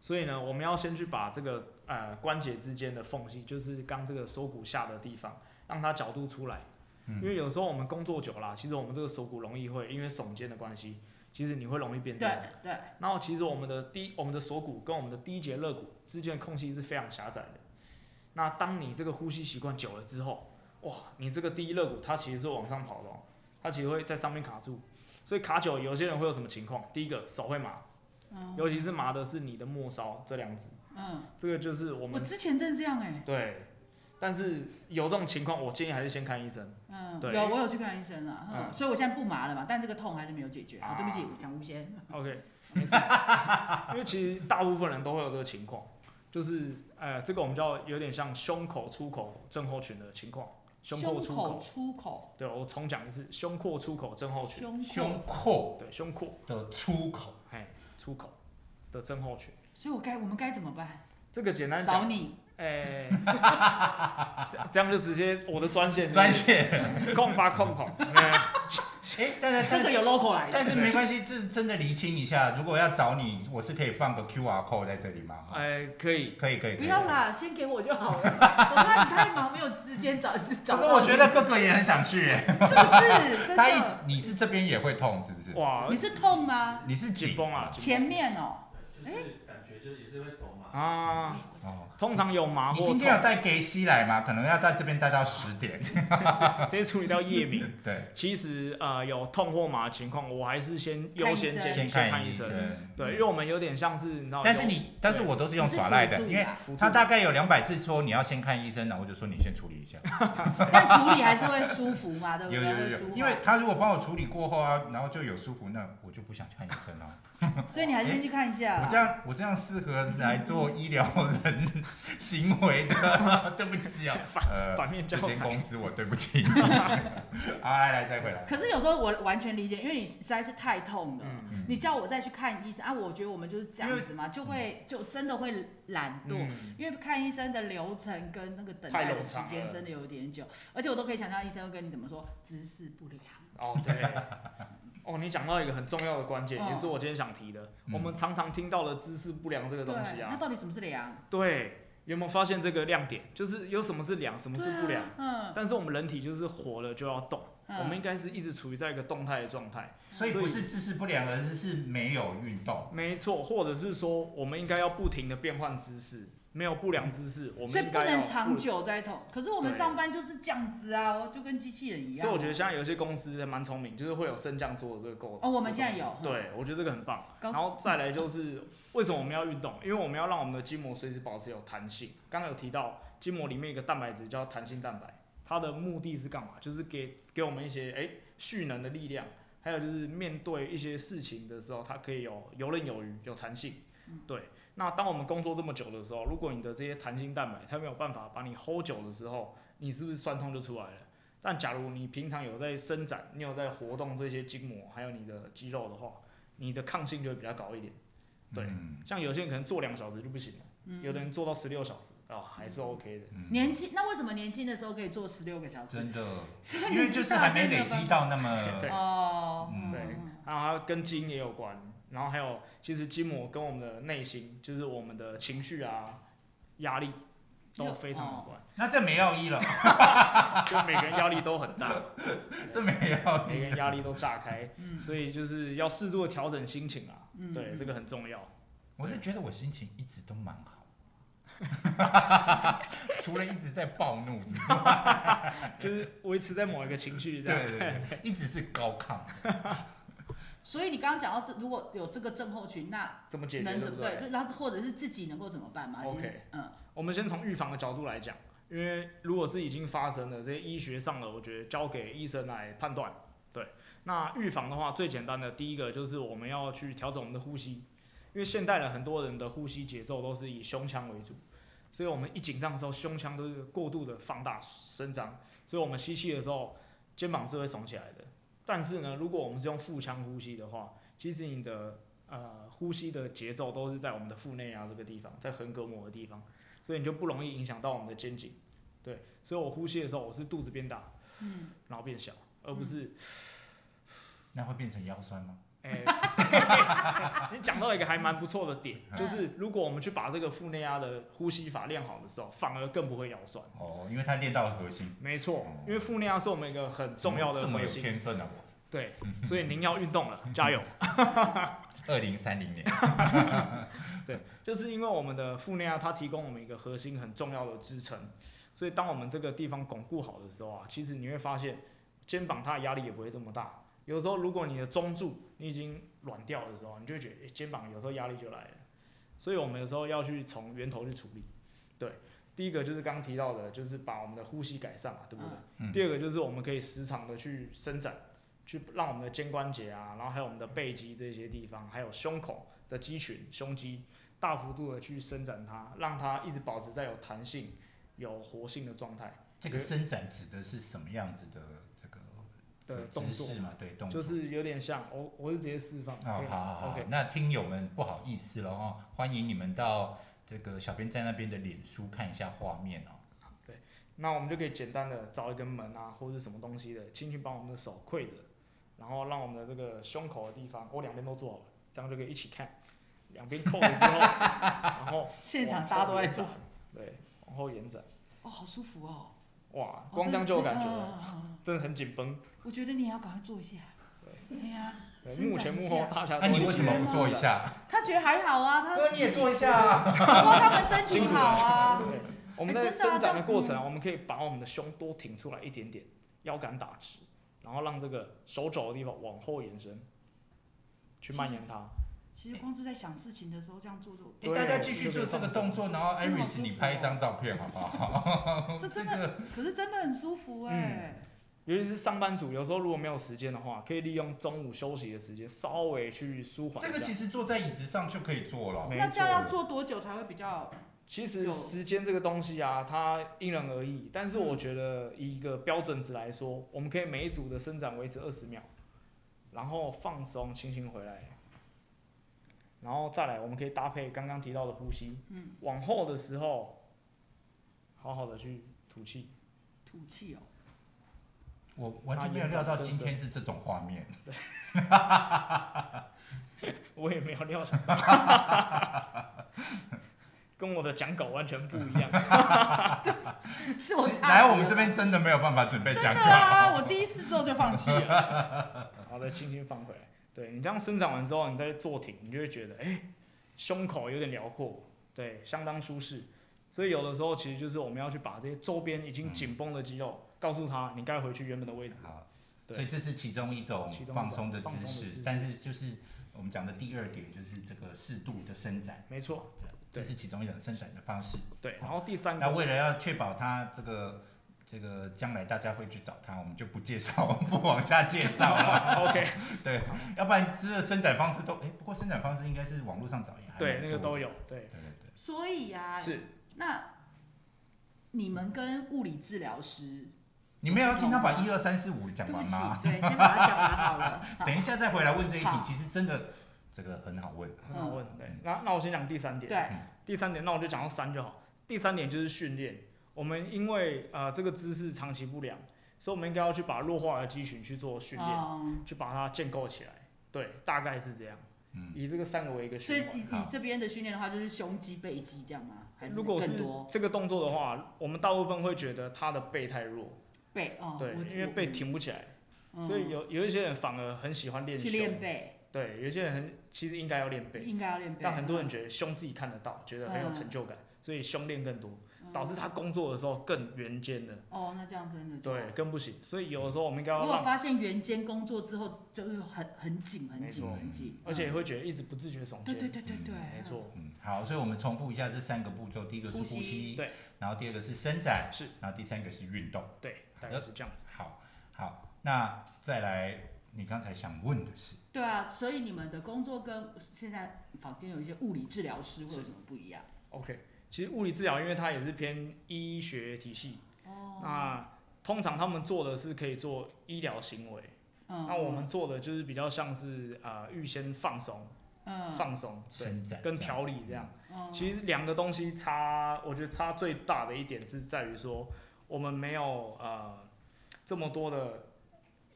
Speaker 3: 所以呢，我们要先去把这个呃关节之间的缝隙，就是刚这个锁骨下的地方，让它角度出来。
Speaker 1: 嗯
Speaker 3: 因为有时候我们工作久了啊，其实我们这个锁骨容易会因为耸肩的关系，其实你会容易变
Speaker 2: 对
Speaker 3: 电。
Speaker 2: 对，
Speaker 3: 然后其实我们的第我们的锁骨跟我们的第一节肋骨之间的空隙是非常狭窄的，那当你这个呼吸习惯久了之后，哇，你这个第一肋骨它其实是往上跑的、哦，它其实会在上面卡住。所以卡久，有些人会有什么情况？第一个手会麻，
Speaker 2: 嗯
Speaker 3: 尤其是麻的是你的末梢这两指，
Speaker 2: 嗯，
Speaker 3: 这个就是我
Speaker 2: 我
Speaker 3: 们
Speaker 2: 之前正这样哎，
Speaker 3: 对。但是有这种情况，我建议还是先看医生。
Speaker 2: 嗯，
Speaker 3: 对
Speaker 2: 有我有去看医生了，嗯
Speaker 3: 嗯
Speaker 2: 所以我现在不麻了嘛，但这个痛还是没有解决。啊，
Speaker 3: 啊
Speaker 2: 对不起，我讲无先。
Speaker 3: OK，没事，因为其实大部分人都会有这个情况，就是呃，这个我们叫有点像胸口出口症候群的情况，胸
Speaker 2: 口
Speaker 3: 廓出口。
Speaker 2: 出口，
Speaker 3: 对，我重讲一次，胸廓出口症候群。
Speaker 2: 胸口，
Speaker 1: 胸廓
Speaker 3: 对，胸廓，
Speaker 1: 的出口，
Speaker 3: 哎，出口的症候群。
Speaker 2: 所以我该我们该怎么办？
Speaker 3: 这个简单
Speaker 2: 找
Speaker 3: 讲，
Speaker 2: 你，
Speaker 3: 哎，这这样就直接我的专线
Speaker 1: 专线。
Speaker 3: 控吧控控。哎
Speaker 1: 哎，但是
Speaker 2: 这个有 logo 来
Speaker 1: 但
Speaker 2: 的，
Speaker 1: 是没关系，这真的厘清一下。如果要找你，我是可以放个 QR code 在这里吗？
Speaker 3: 哎，可以，
Speaker 1: 可以可以。
Speaker 2: 不
Speaker 1: 可以
Speaker 2: 要。啦，先给我就 好了。我怕你太忙，没有时间找
Speaker 1: 可
Speaker 2: 找。
Speaker 1: 是我觉得哥哥也很想去耶，
Speaker 2: 是 不是真
Speaker 1: 他一直
Speaker 2: 的？
Speaker 1: 你是这边也会痛是不是？
Speaker 3: 哇
Speaker 2: 你，是痛吗？
Speaker 1: 你是
Speaker 3: 紧
Speaker 1: 紧
Speaker 3: 绷啊，紧
Speaker 2: 前面哦，
Speaker 4: 就是感觉就是也是会手麻。
Speaker 3: 绷啊。
Speaker 1: 哦。
Speaker 3: 通常有麻
Speaker 1: 你
Speaker 3: 或
Speaker 1: 今
Speaker 3: 痛，
Speaker 1: 天有带给西来吗？可能要在这边待到十 点。
Speaker 3: 直接处理到夜明。
Speaker 1: 对，
Speaker 3: 其实呃，有痛或麻的情况，我还是先优先
Speaker 2: 看医生
Speaker 3: 先
Speaker 1: 先
Speaker 3: 先
Speaker 1: 看
Speaker 3: 看
Speaker 1: 医
Speaker 3: 医
Speaker 1: 生嗯
Speaker 3: 生。。对，因为我们有点像是你知道，
Speaker 1: 但是
Speaker 3: 有
Speaker 1: 你，但是我都是用耍赖的，
Speaker 2: 你
Speaker 1: 因
Speaker 2: 是辅助啊
Speaker 1: 为
Speaker 2: 啦
Speaker 3: 辅助
Speaker 1: 他大概有两百次说你要先看医生，然后我就说你先处理一下。
Speaker 2: 但处理还是会舒服嘛，对不
Speaker 1: 有
Speaker 2: 对？
Speaker 1: 有
Speaker 2: 会
Speaker 1: 有
Speaker 2: 舒
Speaker 1: 有，
Speaker 2: 服。
Speaker 1: 因为他如果帮我处理过后啊，然后就有舒服，那我就不想看医生了、
Speaker 2: 所以你还是先去看一下啦。
Speaker 1: 我这样我这样适合来做医疗人行为的， 对不起啊、呃，
Speaker 3: 反面教
Speaker 1: 这间
Speaker 3: 材
Speaker 1: 公司我对不 起。好，来来再回来。
Speaker 2: 可是有时候我完全理解，因为你实在是太痛了。
Speaker 3: 嗯
Speaker 1: 嗯
Speaker 2: 你叫我再去看医生啊，我觉得我们就是这样子嘛，就会就真的会懒惰，
Speaker 3: 嗯
Speaker 2: 因为看医生的流程跟那个等待的时
Speaker 3: 太冗长
Speaker 2: 间
Speaker 3: 了
Speaker 2: 真的有点久，而且我都可以想象医生会跟你怎么说姿势不良。
Speaker 3: 哦对。哦，你讲到一个很重要的关键，
Speaker 2: 哦
Speaker 3: 也是我今天想提的。
Speaker 1: 嗯
Speaker 3: 我们常常听到的姿势不良这个
Speaker 2: 对
Speaker 3: 东西，
Speaker 2: 那
Speaker 3: 啊，
Speaker 2: 到底什么是良？
Speaker 3: 对，有没有发现这个亮点？就是有什么是良，什么是不良？
Speaker 2: 对啊
Speaker 3: 但是我们人体就是活了就要动，
Speaker 2: 嗯，
Speaker 3: 我们应该是一直处于在一个动态的状态。
Speaker 1: 所以不是姿势不良，而是是没有运动。
Speaker 3: 没错，或者是说，我们应该要不停的变换姿势，没有不良姿势，我们
Speaker 2: 所以
Speaker 3: 应
Speaker 2: 不
Speaker 3: 该要
Speaker 2: 能长
Speaker 3: 不
Speaker 2: 久在痛。可是我们
Speaker 3: 对
Speaker 2: 上班就是这样子啊，我就跟机器人一样。
Speaker 3: 所以我觉得现在有些公司还蛮聪明，就是会有升降桌的这个构
Speaker 2: 哦我们现在有
Speaker 3: 对，我觉得这个很棒。
Speaker 2: 高嗯
Speaker 3: 然后再来就是为什么我们要运动？因为我们要让我们的筋膜随时保持有弹性。刚刚有提到筋膜里面有一个蛋白质叫弹性蛋白，它的目的是干嘛？就是给给我们一些哎蓄能的力量，还有就是面对一些事情的时候，它可以有游刃有余，有弹性。对，那当我们工作这么久的时候，如果你的这些弹性蛋白它没有办法把你 hold 久的时候，你是不是酸痛就出来了？但假如你平常有在伸展，你有在活动这些筋膜，还有你的肌肉的话，你的抗性就会比较高一点。对
Speaker 1: 嗯
Speaker 3: 像有些人可能做两小时就不行了，有的人做到十六小时啊、还是 OK 的。
Speaker 1: 嗯
Speaker 2: 年轻，那为什么年轻的时候可以做十六个小时？
Speaker 1: 真的，
Speaker 2: 所以你
Speaker 1: 因为就是还没累
Speaker 2: 知道
Speaker 1: 积到那么
Speaker 3: 对
Speaker 2: 哦，
Speaker 1: 嗯
Speaker 2: 嗯
Speaker 3: 对，然后它跟基因也有关，然后还有其实筋膜跟我们的内心，就是我们的情绪啊、压力都非常有关，
Speaker 1: 那这没药医了，
Speaker 3: 就每个人压力都很大，
Speaker 1: 这没药
Speaker 3: 每
Speaker 1: 医
Speaker 3: 个。人压力都炸开，
Speaker 2: 嗯
Speaker 3: 所以就是要适度的调整心情啊。
Speaker 2: 嗯
Speaker 3: 对，
Speaker 2: 嗯
Speaker 3: 这个很重要。
Speaker 1: 我是觉得我心情一直都蛮 好，除了一直在暴怒之外，
Speaker 3: 就是维持在某一个情绪 这
Speaker 1: 对啊
Speaker 3: 样。
Speaker 1: 对对，一直是高亢。
Speaker 2: 所以你刚刚讲到这，如果有这个症候群，那
Speaker 3: 怎么解决，
Speaker 2: 能
Speaker 3: 对
Speaker 2: 怎
Speaker 3: 不
Speaker 2: 么
Speaker 3: 对？
Speaker 2: 对？然后或者是自己能够怎么办吗
Speaker 3: OK
Speaker 2: 其实嗯，
Speaker 3: 我们先从预防的角度来讲，因为如果是已经发生了，这些医学上的，我觉得交给医生来判断。对，那预防的话，最简单的第一个就是我们要去调整我们的呼吸，因为现代人很多人的呼吸节奏都是以胸腔为主，所以我们一紧张的时候，胸腔都是过度的放大伸张，所以我们吸气的时候，肩膀是会耸起来的。但是呢，如果我们是用腹腔呼吸的话，其实你的呃呼吸的节奏都是在我们的腹内啊这个地方，在横膈膜的地方，所以你就不容易影响到我们的肩颈。对，所以我呼吸的时候，我是肚子变大，
Speaker 2: 嗯，
Speaker 3: 然后变小，而不是
Speaker 1: 那会变成腰酸吗？
Speaker 3: 哎， 你讲到一个还蛮不错的点，
Speaker 1: 嗯
Speaker 3: 就是如果我们去把这个腹内压的呼吸法练好的时候，反而更不会腰酸。
Speaker 1: 哦，因为他练到了核心，
Speaker 3: 没错，因为腹内压是我们一个很重要的
Speaker 1: 哦这么
Speaker 3: 核
Speaker 1: 有
Speaker 3: 心。
Speaker 1: 天分啊！我
Speaker 3: 对，所以您要运动了，加油。
Speaker 1: 二零三零年，
Speaker 3: 对，就是因为我们的腹内啊压它提供我们一个核心很重要的支撑，所以当我们这个地方巩固好的时候啊，其实你会发现肩膀它的压力也不会这么大。有时候如果你的中柱你已经软掉的时候，你就会觉得、诶肩膀有时候压力就来了。所以我们有时候要去从源头去处理。对，第一个就是刚刚提到的，就是把我们的呼吸改善嘛，对不对？
Speaker 1: 嗯
Speaker 3: 第二个就是我们可以时常的去伸展，去让我们的肩关节啊，然后还有我们的背肌这些地方，还有胸口的肌群、胸肌，大幅度的去伸展它，让它一直保持在有弹性、有活性的状态
Speaker 1: 这个伸展指的是什么样子的这个
Speaker 3: 的动
Speaker 1: 姿
Speaker 3: 作，
Speaker 1: 势嘛？对，动作
Speaker 3: 就是有点像哦我我是直接示范，
Speaker 1: 哦
Speaker 3: 可以，
Speaker 1: 好
Speaker 3: 吗
Speaker 1: 好好
Speaker 3: OK，
Speaker 1: 那听友们不好意思了哦，欢迎你们到这个小编在那边的脸书看一下画面哦。
Speaker 3: 那我们就可以简单的找一根门啊，或者是什么东西的，轻轻把我们的手跪着，然后让我们的这个胸口的地方，我两边都做好了，这样就可以一起看，两边扣了 之后，然后
Speaker 2: 现场大家都在做，
Speaker 3: 对，往后延展，
Speaker 2: 哦，好舒服哦，
Speaker 3: 哇
Speaker 2: 哦，
Speaker 3: 光这样就有感觉
Speaker 2: 真的
Speaker 3: 了，
Speaker 2: 啊啊啊
Speaker 3: 真的很紧绷。
Speaker 2: 我觉得你也要赶快做一下。哎呀，
Speaker 3: 对
Speaker 2: 伸展
Speaker 3: 幕前幕
Speaker 2: 一
Speaker 3: 后
Speaker 2: 下
Speaker 3: 大家
Speaker 1: 那
Speaker 3: 都一起
Speaker 1: 你为什么不做一下？
Speaker 2: 他觉得还好啊，他
Speaker 1: 你也做一下啊！
Speaker 2: 他说他们身体好啊，
Speaker 3: 对，我们
Speaker 2: 哎
Speaker 3: 在
Speaker 2: 真的啊
Speaker 3: 伸展的
Speaker 2: 这
Speaker 3: 过程啊，我们可以把我们的胸多挺出来一点点，腰杆打直，然后让这个手肘的地方往后延伸，去蔓延它。
Speaker 2: 其实光是在想事情的时候这样做就，
Speaker 1: 诶大家继续做这个动作，然后艾
Speaker 2: 真的
Speaker 1: 瑞
Speaker 2: 好舒
Speaker 1: 斯
Speaker 2: 服哦
Speaker 1: 你拍一张照片好不好？
Speaker 2: 这真的，可是真的很舒服哎。
Speaker 3: 尤其是上班族，有时候如果没有时间的话，可以利用中午休息的时间，稍微去舒缓
Speaker 1: 这个
Speaker 3: 一
Speaker 1: 其
Speaker 3: 下。
Speaker 1: 实坐在椅子上就可以做了。
Speaker 3: 没
Speaker 2: 那这样要
Speaker 3: 错
Speaker 2: 做多久才会比较？
Speaker 3: 其实
Speaker 2: 有
Speaker 3: 时间这个东西啊，它因人而异，但是
Speaker 2: 嗯
Speaker 3: 我觉得以一个标准值来说，我们可以每一组的伸展维持二十秒，然后放松，轻轻回来，然后再来，我们可以搭配刚刚提到的呼吸，
Speaker 2: 嗯，
Speaker 3: 往后的时候，好好的去吐气，
Speaker 2: 吐气哦，
Speaker 1: 我完全没有料到今天是这种画面。
Speaker 3: 我也没有 料想到，跟我的讲稿完全不一样。
Speaker 2: 是我差
Speaker 1: 来我们这边真的没有办法准备
Speaker 2: 真
Speaker 1: 讲
Speaker 2: 的
Speaker 1: 稿。
Speaker 2: 啊，我第一次之后就放弃了。
Speaker 3: 然后再轻轻放回来。对你这样伸展完之后，你再坐挺，你就会觉得，哎、胸口有点辽阔，对，相当舒适。所以有的时候其实就是我们要去把这些周边已经紧绷的肌肉，告诉他你该回去原本的位置。
Speaker 1: 好，
Speaker 3: 对
Speaker 1: 所以这是其中一种
Speaker 3: 其中一种
Speaker 1: 放松的
Speaker 3: 放
Speaker 1: 姿
Speaker 3: 松的姿
Speaker 1: 势
Speaker 3: 势，
Speaker 1: 但是就是我们讲的第二点，就是这个适度的伸展。
Speaker 3: 没错，
Speaker 1: 这是其中一种生产的方式。
Speaker 3: 对。然后第三
Speaker 1: 那
Speaker 3: 个，
Speaker 1: 为了要确保它这个这个将来大家会去找它，我们就不介绍，我们不往下介绍 了。
Speaker 3: 啊 OK，
Speaker 1: 对，要不然这个生产方式都哎，不过生产方式应该是网络上找也还蛮
Speaker 3: 对，那个
Speaker 1: 多
Speaker 3: 都
Speaker 1: 的。
Speaker 3: 有，对
Speaker 1: 对，对
Speaker 2: 所以呀，
Speaker 3: 是
Speaker 2: 那你们跟物理治疗师，
Speaker 1: 对，你们要听他把一二三四五
Speaker 2: 对
Speaker 1: 讲
Speaker 2: 不
Speaker 1: 完
Speaker 2: 起
Speaker 1: 吗？，
Speaker 2: 对，先把它讲完好了。 好
Speaker 1: 等一下再回来问这一题
Speaker 2: 好，
Speaker 1: 其实真的这个很好问。
Speaker 3: 很好问。对，那那我先讲第三点。
Speaker 2: 对，
Speaker 3: 第三点，那我就讲到三就好。第三点就是训练，我们因为呃这个姿势长期不良，所以我们应该要去把弱化的肌群去做训练。
Speaker 2: 嗯
Speaker 3: 去把它建构起来。对，大概是这样。
Speaker 1: 嗯，
Speaker 3: 以这个三个为一个
Speaker 2: 所以
Speaker 3: 循环。
Speaker 2: 你你这边的训练的话，就是胸肌、背肌这样吗？还是
Speaker 3: 如果
Speaker 2: 更
Speaker 3: 是
Speaker 2: 多
Speaker 3: 这个动作的话，我们大部分会觉得他的背太弱，
Speaker 2: 背哦？
Speaker 3: 对，
Speaker 2: 我
Speaker 3: 因为背，挺不起来，
Speaker 2: 我
Speaker 3: 所以有有一些人反而很喜欢练
Speaker 2: 嗯去
Speaker 3: 胸，
Speaker 2: 练背，
Speaker 3: 对，有一些人很其实应该要练背，
Speaker 2: 应该要练背。嗯啊
Speaker 3: 但很多人觉得胸自己看得到，觉得很有成就感，所以胸练更多，
Speaker 2: 嗯
Speaker 3: 导致他工作的时候更圆肩的，
Speaker 2: 哦，那这样真的就
Speaker 3: 对，。更不行。所以有的时候我们应该
Speaker 2: 如
Speaker 3: 要
Speaker 2: 果
Speaker 3: 让，
Speaker 2: 发现圆肩工作之后，就会很很紧、很
Speaker 3: 没
Speaker 2: 紧、
Speaker 3: 错
Speaker 2: 很紧，
Speaker 3: 而且
Speaker 2: 嗯
Speaker 3: 会觉得一直不自觉耸
Speaker 2: 对对
Speaker 3: 肩，
Speaker 2: 对对对，
Speaker 3: 没错，
Speaker 1: 嗯，好，所以我们重复一下这三个步骤，第一个是
Speaker 2: 呼
Speaker 1: 呼
Speaker 2: 吸
Speaker 1: 吸，
Speaker 3: 对，
Speaker 1: 然后第二个是伸展，
Speaker 3: 是，
Speaker 1: 然后第三个是运动。
Speaker 3: 对，
Speaker 1: 好
Speaker 3: 大
Speaker 1: 的
Speaker 3: 概是这样子。
Speaker 1: 好，好，那再来你刚才想问的是，
Speaker 2: 对啊，所以你们的工作跟现在坊间有一些物理治疗师会有什么不一样？
Speaker 3: OK，其实物理治疗因为它也是偏医学体系，
Speaker 2: 哦，
Speaker 3: 那通常他们做的是可以做医疗行为，
Speaker 2: 嗯
Speaker 3: 那我们做的就是比较像是啊预先放松、
Speaker 2: 嗯
Speaker 3: 放松，对，
Speaker 1: 伸展
Speaker 3: 跟
Speaker 1: 这样子
Speaker 3: 调理这样。
Speaker 2: 嗯
Speaker 3: 其实两个东西差，我觉得差最大的一点是在于说，我们没有呃这么多的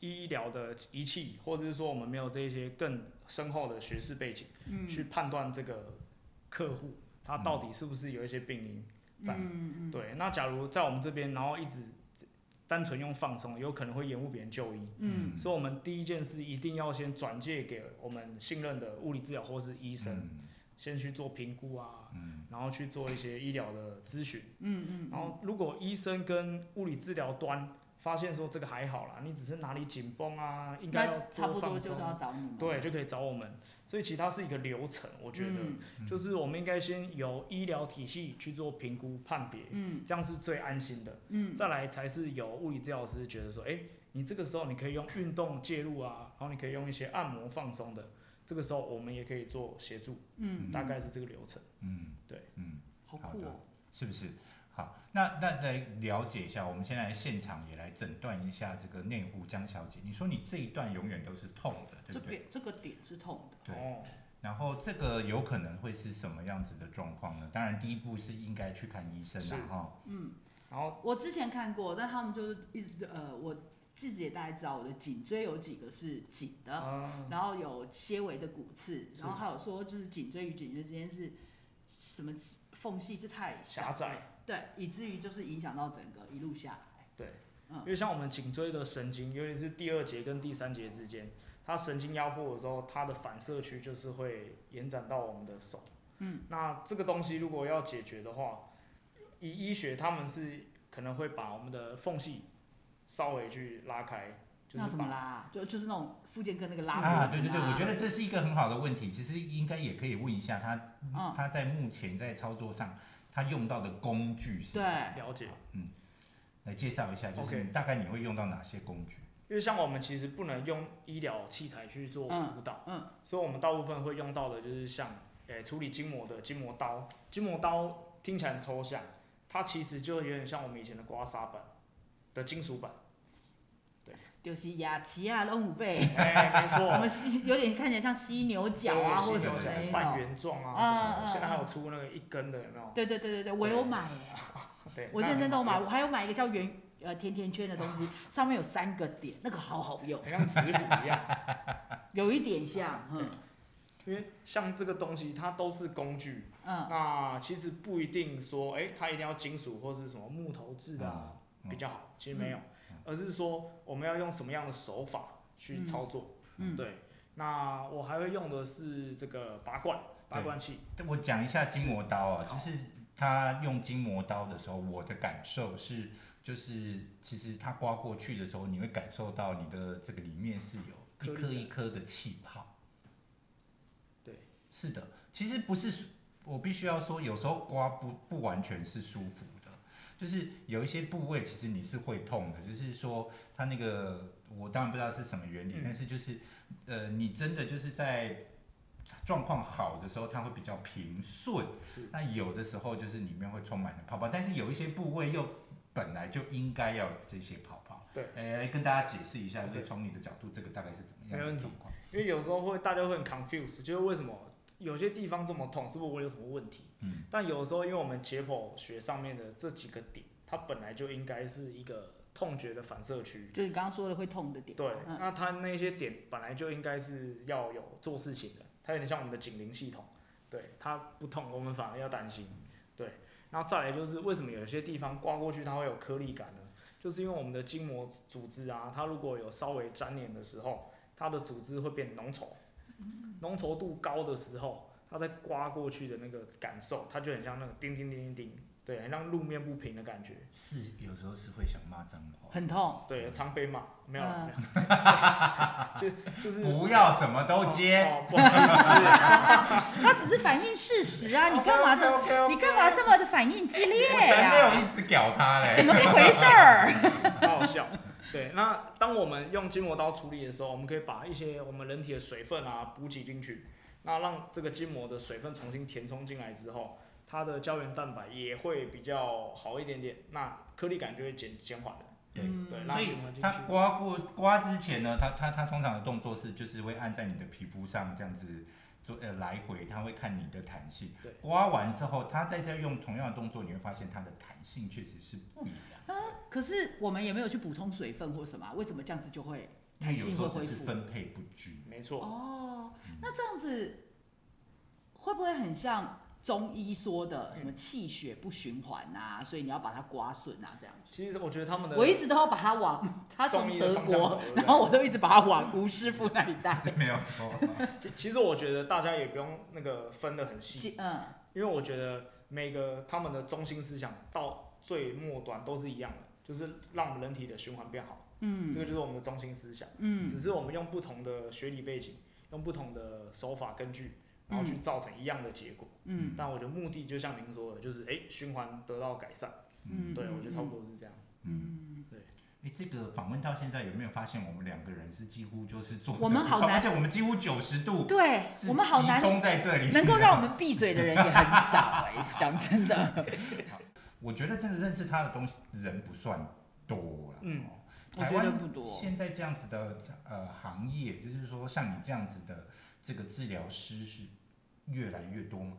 Speaker 3: 医疗的仪器，或者是说我们没有这些更深厚的学士背景，
Speaker 2: 嗯
Speaker 3: 去判断这个客户他
Speaker 1: 嗯
Speaker 3: 到底是不是有一些病因。在
Speaker 2: 嗯嗯
Speaker 3: 对，那假如在我们这边，然后一直单纯用放松，有可能会延误别人就医。
Speaker 2: 嗯
Speaker 3: 所以，我们第一件事一定要先转介给我们信任的物理治疗或是医生，
Speaker 1: 嗯
Speaker 3: 先去做评估啊，
Speaker 1: 嗯，
Speaker 3: 然后去做一些医疗的咨询。
Speaker 2: 嗯嗯，
Speaker 3: 然后如果医生跟物理治疗端发现说这个还好啦，你只是哪里紧绷啊，应该要
Speaker 2: 那差
Speaker 3: 做
Speaker 2: 不多
Speaker 3: 放
Speaker 2: 就是嗯
Speaker 3: 松，
Speaker 2: 要找你们，
Speaker 3: 对，就可以找我们。所以其实它是一个流程，我觉得、
Speaker 2: 嗯
Speaker 3: 就是我们应该先由医疗体系去做评估判别，
Speaker 2: 嗯
Speaker 3: 这样是最安心的。
Speaker 2: 嗯
Speaker 3: 再来才是有物理治疗师觉得说，哎、你这个时候你可以用运动介入啊，然后你可以用一些按摩放松的，这个时候我们也可以做协助，
Speaker 2: 嗯，
Speaker 3: 大概是这个流程。
Speaker 1: 嗯，
Speaker 3: 对，
Speaker 1: 嗯，
Speaker 2: 好
Speaker 1: 好
Speaker 2: 酷
Speaker 1: 的
Speaker 2: 哦，
Speaker 1: 是不是？好，那那来了解一下，我们先来现场也来诊断一下这个内湖江小姐。你说你这一段永远都是痛的，
Speaker 2: 这
Speaker 1: 对不对？
Speaker 2: 边这个点是痛的，
Speaker 1: 对。
Speaker 3: 哦，
Speaker 1: 然后这个有可能会是什么样子的状况呢？当然，第一步是应该去看医生
Speaker 3: 是
Speaker 1: 啦，哈。
Speaker 2: 嗯。
Speaker 3: 然后
Speaker 2: 我之前看过，但他们就是一直呃，我自己也大概知道我的颈椎有几个是紧的，
Speaker 3: 啊，
Speaker 2: 然后有些微的骨刺，
Speaker 3: 是
Speaker 2: 然后还有说就是颈椎与颈椎之间是什么缝隙是太
Speaker 3: 狭
Speaker 2: 小，
Speaker 3: 窄，
Speaker 2: 对，以至于就是影响到整个一路下来。
Speaker 3: 对，
Speaker 2: 嗯
Speaker 3: 因为像我们颈椎的神经，尤其是第二节跟第三节之间，它神经压迫的时候，它的反射区就是会延展到我们的手。
Speaker 2: 嗯，
Speaker 3: 那这个东西如果要解决的话，以医学他们是可能会把我们的缝隙稍微去拉开，就
Speaker 2: 那
Speaker 3: 是
Speaker 2: 怎么
Speaker 3: 把
Speaker 2: 拉、啊？就就是那种附件跟那个拉脖子
Speaker 1: 啊，对对对，我觉
Speaker 2: 得
Speaker 1: 得这是一个很好的问题。其实应该也可以问一下他，
Speaker 2: 嗯
Speaker 1: 他在目前在操作上他用到的工具是什么？
Speaker 2: 对，
Speaker 3: 了解。
Speaker 1: 来介绍一下，就是
Speaker 3: OK
Speaker 1: 你大概你会用到哪些工具？
Speaker 3: 因为像我们其实不能用医疗器材去做辅导，
Speaker 2: 嗯嗯
Speaker 3: 所以我们大部分会用到的就是像，诶、处理筋膜的筋膜刀，筋膜刀听起来很抽象，它其实就有点像我们以前的刮痧板的金 属板，
Speaker 2: 就是雅琪啊、龙虎 背，
Speaker 3: 哎、没
Speaker 2: 什么
Speaker 3: 错，
Speaker 2: 犀有点看起来像犀牛角啊
Speaker 3: 对
Speaker 2: 或者什
Speaker 1: 牛
Speaker 2: 么
Speaker 1: 角
Speaker 2: 的那
Speaker 3: 半
Speaker 2: 种。
Speaker 3: 圆状啊什么的，
Speaker 2: 嗯嗯嗯
Speaker 3: 现在还有出那个一根的，有没有？
Speaker 2: 对对对对对，我有买耶、
Speaker 3: 对，
Speaker 2: 我
Speaker 3: 那
Speaker 2: 认真都有
Speaker 3: 很好
Speaker 2: 买，我还有买一个叫圆呃甜甜圈的东 西，上面有三个点，那个好好用
Speaker 3: 用，，很像纸笔一样。
Speaker 2: 有一点像，嗯
Speaker 3: 因为像这个东西，它都是工具，
Speaker 1: 啊
Speaker 2: 嗯
Speaker 3: 那其实不一定说，哎、它一定要金属或是什么木头制的啊、
Speaker 1: 嗯嗯嗯
Speaker 3: 比较好，其实没有，而是说我们要用什么样的手法去操作。
Speaker 2: 嗯，
Speaker 3: 对，那我还会用的是这个拔罐，拔罐器。
Speaker 1: 我讲一下筋膜刀啊，
Speaker 3: 好
Speaker 1: 就是他用筋膜刀的时候，我的感受是，就是其实他刮过去的时候，你会感受到你的这个里面是有一
Speaker 3: 颗
Speaker 1: 颗
Speaker 3: 粒
Speaker 1: 一颗的气泡。
Speaker 3: 对，
Speaker 1: 是的，其实不是舒，我必须要说，有时候刮不不完全是舒服的。就是有一些部位，其实你是会痛的。就是说，它那个我当然不知道是什么原理，
Speaker 3: 嗯
Speaker 1: 但是就是，呃，你真的就是在状况好的时候，它会比较平顺
Speaker 3: 是。
Speaker 1: 那有的时候就是里面会充满了泡泡，但是有一些部位又本来就应该要有这些泡泡。
Speaker 3: 对
Speaker 1: 哎，来跟大家解释一下，就
Speaker 3: OK
Speaker 1: 是从你的角度，这个大概是怎么
Speaker 3: 没
Speaker 1: 样的
Speaker 3: 问题
Speaker 1: 状况？
Speaker 3: 因为有时候会大家会很 confused，就是为什么有些地方这么痛，是不是我有什么问题？
Speaker 1: 嗯，
Speaker 3: 但有时候因为我们解剖学上面的这几个点，它本来就应该是一个痛觉的反射区。
Speaker 2: 就你刚刚说的会痛的点，
Speaker 3: 对，
Speaker 2: 嗯
Speaker 3: 那它那些点本来就应该是要有做事情的，它有点像我们的警铃系统，对，它不痛，我们反而要担心，对。然后再来就是为什么有些地方刮过去它会有颗粒感呢？就是因为我们的筋膜组织啊，它如果有稍微粘连的时候，它的组织会变浓稠，
Speaker 2: 嗯
Speaker 3: 浓稠度高的时候，它在刮过去的那个感受，它就很像那个叮叮叮叮叮，对，很像路面不平的感觉，
Speaker 1: 是有时候是会想骂脏话，
Speaker 2: 很痛，
Speaker 3: 对，常被骂，没有啦，没有啦， 就就是
Speaker 1: 不要什么都接。
Speaker 3: 哦，不好意思，
Speaker 2: 他只是反映事实啊，你干嘛这么
Speaker 1: OK，OK，OK
Speaker 2: 你干嘛这么的反应激烈
Speaker 1: 我才没有
Speaker 2: 啊？
Speaker 1: 一直屌他嘞
Speaker 2: 怎。 么一回事儿？
Speaker 3: 很好笑。对，那当我们用筋膜刀处理的时候，我们可以把一些我们人体的水分啊补给进去，那让这个筋膜的水分重新填充进来之后，它的胶原蛋白也会比较好一点点，那颗粒感就会减减缓了。
Speaker 1: 对
Speaker 3: 对，
Speaker 2: 嗯
Speaker 3: 那
Speaker 1: 所以
Speaker 3: 循环进
Speaker 1: 他
Speaker 3: 去。
Speaker 1: 刮过刮之前呢，他他他通常的动作是就是会按在你的皮肤上这样子做呃来回，他会看你的弹性。
Speaker 3: 对
Speaker 1: 刮完之后，他再再用同样的动作，你会发现它的弹性确实是不一样，
Speaker 2: 可是我们也没有去补充水分或什么啊，为什么这样子就会
Speaker 1: 因为
Speaker 2: 弹
Speaker 1: 有
Speaker 2: 性
Speaker 1: 时
Speaker 2: 会
Speaker 1: 候
Speaker 2: 恢
Speaker 1: 只是
Speaker 2: 复？
Speaker 1: 分配不均。
Speaker 2: 哦
Speaker 3: 没错，
Speaker 2: 哦，那这样子会不会很像中医说的什么气血不循环呐、所以你要把它刮顺啊，这样子。
Speaker 3: 其实我觉得他们的
Speaker 2: 我一直都要把它往 他
Speaker 3: 中
Speaker 2: 从
Speaker 3: 医的
Speaker 2: 德
Speaker 3: 方向走
Speaker 2: 国
Speaker 3: 对，不 对
Speaker 2: 然后我都一直把它往吴师傅那里带。
Speaker 1: 没有错。
Speaker 3: 其其实我觉得大家也不用那个分得很细，
Speaker 2: 嗯，
Speaker 3: 因为我觉得每个他们的中心思想到最末端都是一样的，就是让我们人体的循环变好，
Speaker 2: 嗯
Speaker 3: 这个就是我们的中心思想。
Speaker 2: 嗯
Speaker 3: 只是我们用不同的学理背景，用不同的手法根据，然后去造成一样的结果。
Speaker 2: 嗯
Speaker 3: 但我的目的就像您说的，就是哎、诶循环得到改善。
Speaker 2: 嗯，
Speaker 3: 对，我觉得差不多是这样。
Speaker 2: 嗯。
Speaker 1: 哎，这个访问到现在有没有发现我们两个人是几乎就是坐着，
Speaker 2: 我们好难
Speaker 1: 而且我们几乎九十度，
Speaker 2: 对
Speaker 1: 是
Speaker 2: 我们好难
Speaker 1: 集中在这里，
Speaker 2: 能够让我们闭嘴的人也很少哎、讲真的，
Speaker 1: 我觉得真的认识他的东西人不算多了。
Speaker 3: 嗯
Speaker 1: 哦，
Speaker 2: 我
Speaker 1: 台
Speaker 2: 觉得
Speaker 1: 湾
Speaker 2: 不多。
Speaker 1: 现在这样子的呃行业，就是说像你这样子的这个治疗师是越来越多吗？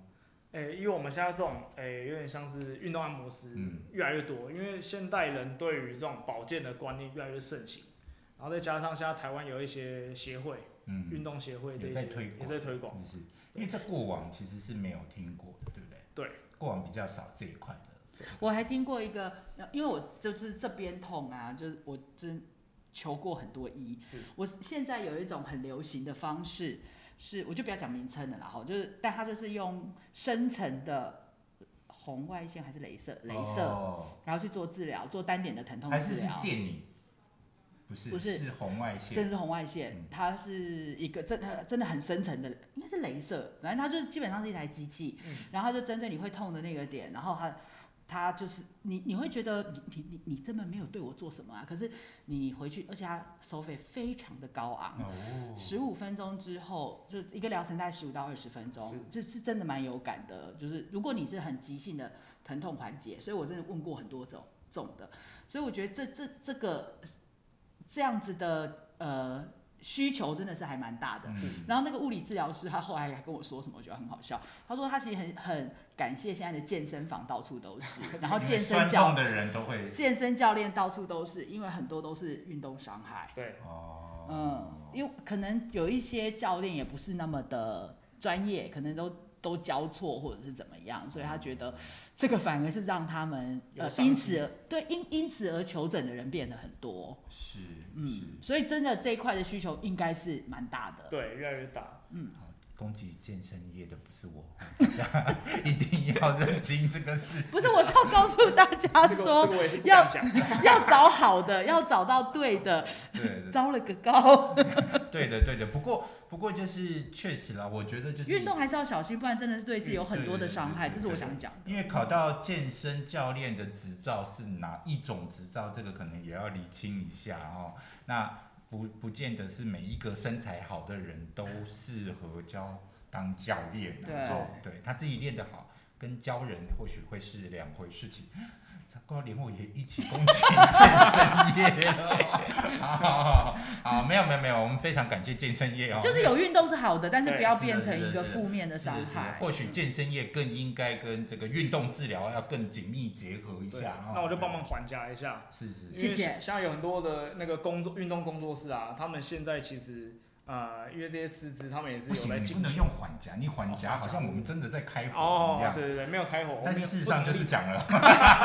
Speaker 3: 哎、因为我们现在这种哎、诶有点像是运动按摩师
Speaker 1: 嗯
Speaker 3: 越来越多，因为现代人对于这种保健的观念越来越盛行，然后再加上现在台湾有一些协会，
Speaker 1: 嗯，
Speaker 3: 运动协会这
Speaker 1: 有
Speaker 3: 些
Speaker 1: 在推
Speaker 3: 也
Speaker 1: 广，
Speaker 3: 在推广。
Speaker 1: 就是因为在过往其实是没有听过的，对不对？
Speaker 3: 对，
Speaker 1: 过往比较少这一块的。
Speaker 2: 我还听过一个，呃因为我就是这边痛啊，就是我真求过很多医。
Speaker 3: 是
Speaker 2: 我现在有一种很流行的方式，是我就不要讲名称了啦，哈，就是但它就是用深层的红外线还是镭射，镭射，
Speaker 1: 哦、
Speaker 2: 然后去做治疗，做单点的疼痛
Speaker 1: 还是
Speaker 2: 治
Speaker 1: 是
Speaker 2: 疗。
Speaker 1: 电影，不是
Speaker 2: 不是
Speaker 1: 是红外
Speaker 2: 真
Speaker 1: 线，
Speaker 2: 的是红外线
Speaker 1: 嗯，
Speaker 2: 它是一个真的真的很深层的，应该是镭射，反正它就是基本上是一台机器，
Speaker 3: 嗯
Speaker 2: 然后它就针对你会痛的那个点，然后它它就是你你会觉得你你你你根本没有对我做什么啊，可是你回去，而且它收费非常的高昂。
Speaker 1: 哦，
Speaker 2: 十五分钟之后，就一个疗程大概十五到二十分钟，就是真的蛮有感的。就是如果你是很急性的疼痛缓解，所以我真的问过很多种种的，所以我觉得这这这个这样子的呃需求真的是还蛮大的。
Speaker 1: 嗯
Speaker 2: 然后那个物理治疗师，他后来还跟我说什么，我觉得很好笑。他说他其实很很感谢现在的健身房到处 都是，然后
Speaker 1: 因为
Speaker 2: 健身
Speaker 1: 酸
Speaker 2: 教
Speaker 1: 痛的人都会
Speaker 2: 健身教练到处都是，因为很多都是运动伤害。
Speaker 3: 对，
Speaker 1: 哦，
Speaker 2: 嗯，因为可能有一些教练也不是那么的专业，可能都都教错或者是怎么样，所以他觉得这个反而是让他们呃
Speaker 3: 有商机
Speaker 2: 因此而对因因此而求诊的人变得很多，
Speaker 1: 是是
Speaker 2: 嗯，所以真的这一块的需求应该是蛮大的。
Speaker 3: 对，越来越大。
Speaker 1: 好，攻击健身业的不是我， 大家一定要认清这个 事
Speaker 2: 不是，我是要告诉大家
Speaker 3: 这个
Speaker 2: 啊
Speaker 3: 这
Speaker 2: 说，
Speaker 3: 个我也是不敢讲。
Speaker 2: 要找好的，要找到对的，
Speaker 1: 对对
Speaker 2: 招了个高。
Speaker 1: 对的对的，不过不过就是确实啦，我觉得就是
Speaker 2: 运动，还是要小心，不然真的是对自己有很多的伤害，
Speaker 1: 对对对对
Speaker 2: 这是我想讲的。
Speaker 1: 因为考到健身教练的执照是哪一种执照，这个可能也要厘清一下哦。那不不见得是每一个身材好的人都适合教当教练、啊，
Speaker 2: 对
Speaker 1: 哦对他自己练得好。跟教人或许会是两回事情，糟糕，连我也一起攻击健身业了。 好好好好，没有没有没有，我们非常感谢健身业哦。
Speaker 2: 就是有运动是好的，但是
Speaker 3: 对
Speaker 2: 不要
Speaker 1: 是的
Speaker 2: 变成
Speaker 1: 是的
Speaker 2: 一个
Speaker 1: 是的
Speaker 2: 负面
Speaker 3: 呃
Speaker 2: 的
Speaker 1: 是的
Speaker 2: 伤
Speaker 1: 是的
Speaker 2: 害。
Speaker 1: 或许健身业更应该跟这个运动治疗要更紧密结合一
Speaker 3: 对
Speaker 1: 下哦。
Speaker 3: 那我就帮忙还价一下。
Speaker 1: 是是
Speaker 3: 因
Speaker 1: 是
Speaker 2: 谢
Speaker 3: 为
Speaker 2: 谢
Speaker 3: 现在有很多的那个工作运动工作室啊，他们现在其实呃，因为这些师资他们也是
Speaker 1: 不
Speaker 3: 有
Speaker 1: 行，
Speaker 3: 来
Speaker 1: 你不
Speaker 3: 进
Speaker 1: 能
Speaker 3: 行。
Speaker 1: 用缓夹，你缓夹好像我们真的在开火一
Speaker 3: 哦，
Speaker 1: 样。
Speaker 3: 对对对，没有开火，
Speaker 1: 但是
Speaker 3: 我们
Speaker 1: 事实上就是讲了，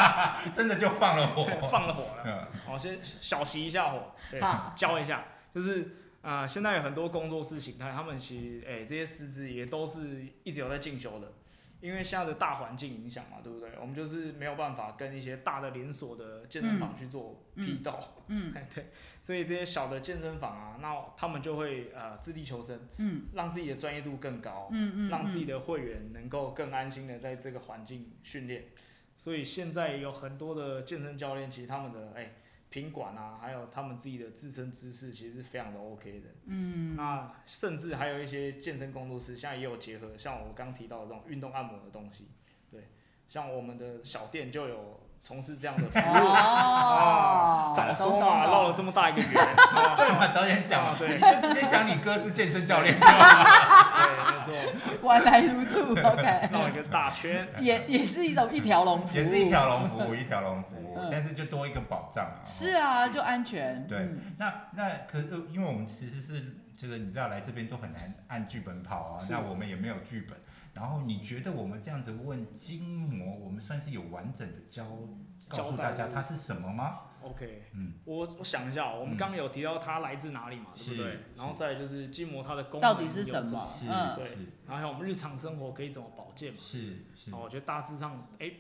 Speaker 1: 真的就放了
Speaker 3: 不怎么立
Speaker 1: 火。
Speaker 3: 放了火了。
Speaker 1: 嗯
Speaker 3: 好，先小熄一下火，对
Speaker 2: 好，
Speaker 3: 教一下，就是呃，现在有很多工作室形态，他们其实哎、这些师资也都是一直有在进修的，因为现在的大环境影响嘛，对不对？我们就是没有办法跟一些大的连锁的健身房去做
Speaker 2: 嗯
Speaker 3: 批斗，
Speaker 2: 嗯
Speaker 3: 对，所以这些小的健身房啊，那他们就会呃自力求生，
Speaker 2: 嗯
Speaker 3: 让自己的专业度更高，
Speaker 2: 嗯嗯，
Speaker 3: 让自己
Speaker 2: 嗯
Speaker 3: 的会员能够更安心的在这个环境训练。所以现在有很多的健身教练，其实他们的哎品管啊，还有他们自己的自身知识，其实是非常的 OK 的。
Speaker 2: 嗯
Speaker 3: 那甚至还有一些健身工作室，现在也有结合像我刚提到的这种运动按摩的东西。对，像我们的小店就有从事这样的服务。
Speaker 2: 哦
Speaker 3: 啊，，早
Speaker 2: 懂
Speaker 3: 说嘛，绕
Speaker 2: 懂
Speaker 3: 了。
Speaker 2: 懂
Speaker 3: 这么大一个圆。 啊
Speaker 1: 对嘛，早点讲
Speaker 3: 啊，对
Speaker 1: 你就直接讲你哥是健身教 练是吧？
Speaker 3: 对，没错，
Speaker 2: 哦原来如此 ，OK，
Speaker 3: 绕一个大圈。
Speaker 2: 也也是一种一条龙服务，
Speaker 1: 也是一条龙服务，一条龙服务
Speaker 2: 嗯，
Speaker 1: 但是就多一个保障啊。哦
Speaker 2: 是啊，就安全，
Speaker 1: 对
Speaker 2: 嗯，
Speaker 1: 那那可是因为我们其实是这个，你知道来这边都很难按剧本跑啊，
Speaker 3: 是
Speaker 1: 那我们也没有剧本，然后你觉得我们这样子问筋膜，我们算是有完整的教告
Speaker 3: 交
Speaker 1: 诉大
Speaker 3: 代
Speaker 1: 家它是什么吗？
Speaker 3: OK，
Speaker 1: 嗯，
Speaker 3: 我我想一下哦，我们
Speaker 1: 嗯
Speaker 3: 刚刚有提到它来自哪里嘛，对
Speaker 1: 是
Speaker 3: 不对
Speaker 1: 是？
Speaker 3: 然后再来就是筋膜它的功能
Speaker 2: 到底是
Speaker 3: 有
Speaker 2: 什么？
Speaker 1: 是
Speaker 2: 嗯，
Speaker 3: 对然后还有我们日常生活可以怎么保健嘛？哦
Speaker 1: 是是是
Speaker 3: 好，我觉得大致上，哎、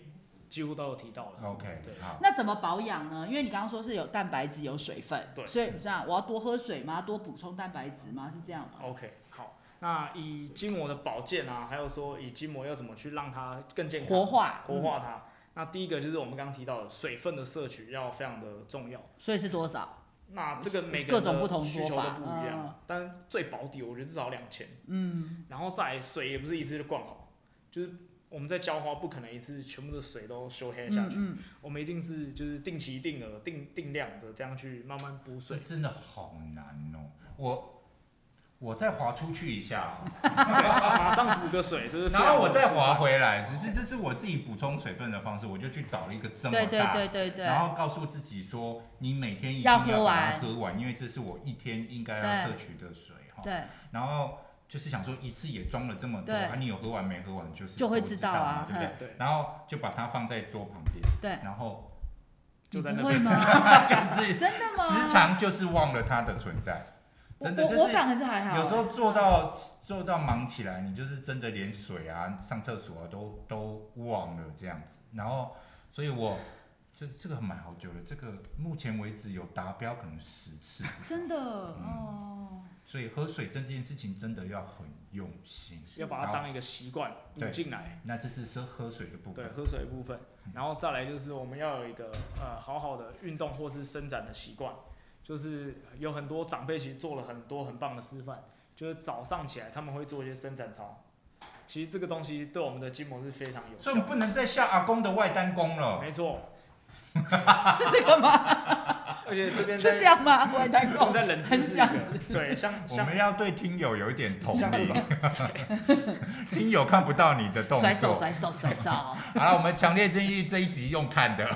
Speaker 3: 几乎都有提到了。
Speaker 1: ，OK，
Speaker 3: 对
Speaker 1: 好，
Speaker 2: 那怎么保养呢？因为你刚刚说是有蛋白质、有水分，
Speaker 3: 对
Speaker 2: 所以这样我要多喝水吗？多补充蛋白质吗？是这样
Speaker 1: 哦
Speaker 2: 吗？
Speaker 3: OK，好，那以筋膜的保健啊，还有说以筋膜要怎么去让它更健康、
Speaker 2: 活化，
Speaker 3: 活
Speaker 2: 嗯
Speaker 3: 化它。那第一个就是我们刚刚提到的水分的摄取要非常的重要。
Speaker 2: 嗯所以是多少？
Speaker 3: 那这个每个
Speaker 2: 各
Speaker 3: 人
Speaker 2: 种
Speaker 3: 的
Speaker 2: 不同
Speaker 3: 需求
Speaker 2: 说
Speaker 3: 都
Speaker 2: 法
Speaker 3: 不一样，
Speaker 2: 嗯
Speaker 3: 但最保底我觉得至少两千。嗯，然后再来水也不是一次就灌好，就是我们在浇花不可能一次全部的水都修黑下
Speaker 2: 嗯
Speaker 3: 去，
Speaker 2: 嗯，
Speaker 3: 我们一定是就是定期定额定定量的这样去慢慢补水
Speaker 1: 这。真的好难哦，我我再滑出去一下、哦，
Speaker 3: 对，马上补个水，这是非
Speaker 1: 然
Speaker 3: 常
Speaker 1: 后我
Speaker 3: 好的
Speaker 1: 再
Speaker 3: 示范
Speaker 1: 滑回来，只是这是我自己补充水分的方式，我就去找了一个这么大
Speaker 2: 对
Speaker 1: 的
Speaker 2: 对对对对，
Speaker 1: 然后告诉自己说，你每天一定
Speaker 2: 要
Speaker 1: 把它
Speaker 2: 喝
Speaker 1: 喝
Speaker 2: 完
Speaker 1: 完因为这是我一天应该要摄取的水哈。
Speaker 2: 对，
Speaker 1: 然后就是想说一次也装了这么多，
Speaker 2: 对
Speaker 1: 啊，你有喝完没喝完就是
Speaker 2: 就会
Speaker 1: 都
Speaker 2: 知
Speaker 1: 知
Speaker 2: 道
Speaker 1: 嘛
Speaker 2: 啊
Speaker 1: 对不对？
Speaker 3: 对，
Speaker 1: 然后就把它放在桌旁边，
Speaker 2: 对
Speaker 1: 然后
Speaker 3: 就在
Speaker 2: 你
Speaker 3: 那
Speaker 2: 不会
Speaker 3: 边。
Speaker 2: 吗？
Speaker 1: 就是
Speaker 2: 真的吗？
Speaker 1: 时常就是忘了它的存在，真的
Speaker 2: 我
Speaker 1: 就
Speaker 2: 啊我我
Speaker 1: 是
Speaker 2: 反而是还好，欸
Speaker 1: 有时候做到做到忙起来，你就是真的连水啊、上厕所啊都都忘了这样子。然后，所以我这这个蛮好久了，这个目前为止有达标可能十次。
Speaker 2: 真的
Speaker 1: 嗯
Speaker 2: 哦，
Speaker 1: 所以喝水这件事情真的要很用心。
Speaker 3: 要把它当一个习惯
Speaker 1: 对
Speaker 3: 引进来，
Speaker 1: 那这是喝喝水的部
Speaker 3: 对
Speaker 1: 分。
Speaker 3: 喝水的部分，
Speaker 1: 嗯
Speaker 3: 然后再来就是我们要有一个呃好好的运动或是伸展的习惯，就是有很多长辈其实做了很多很棒的示范，就是早上起来他们会做一些伸展操，其实这个东西对我们的筋膜是非常有
Speaker 1: 所以我们
Speaker 3: 效，
Speaker 1: 不能再下阿公的外单功
Speaker 2: 哦
Speaker 1: 了。
Speaker 3: 没错，
Speaker 2: 是这个吗？
Speaker 3: 而且这边
Speaker 2: 是
Speaker 3: 在
Speaker 2: 这样吗？外太
Speaker 3: 我们
Speaker 2: 空，
Speaker 3: 在冷知识
Speaker 2: 是
Speaker 3: 一
Speaker 2: 这样子
Speaker 3: 个，对，像
Speaker 1: 我
Speaker 3: 像
Speaker 1: 们要对听友有一点同
Speaker 3: 像这
Speaker 1: 理
Speaker 3: 种，
Speaker 1: 听友看不到你的动
Speaker 2: 甩手
Speaker 1: 作。
Speaker 2: 甩手甩手，
Speaker 1: 好了，我们强烈建议这一集用看的，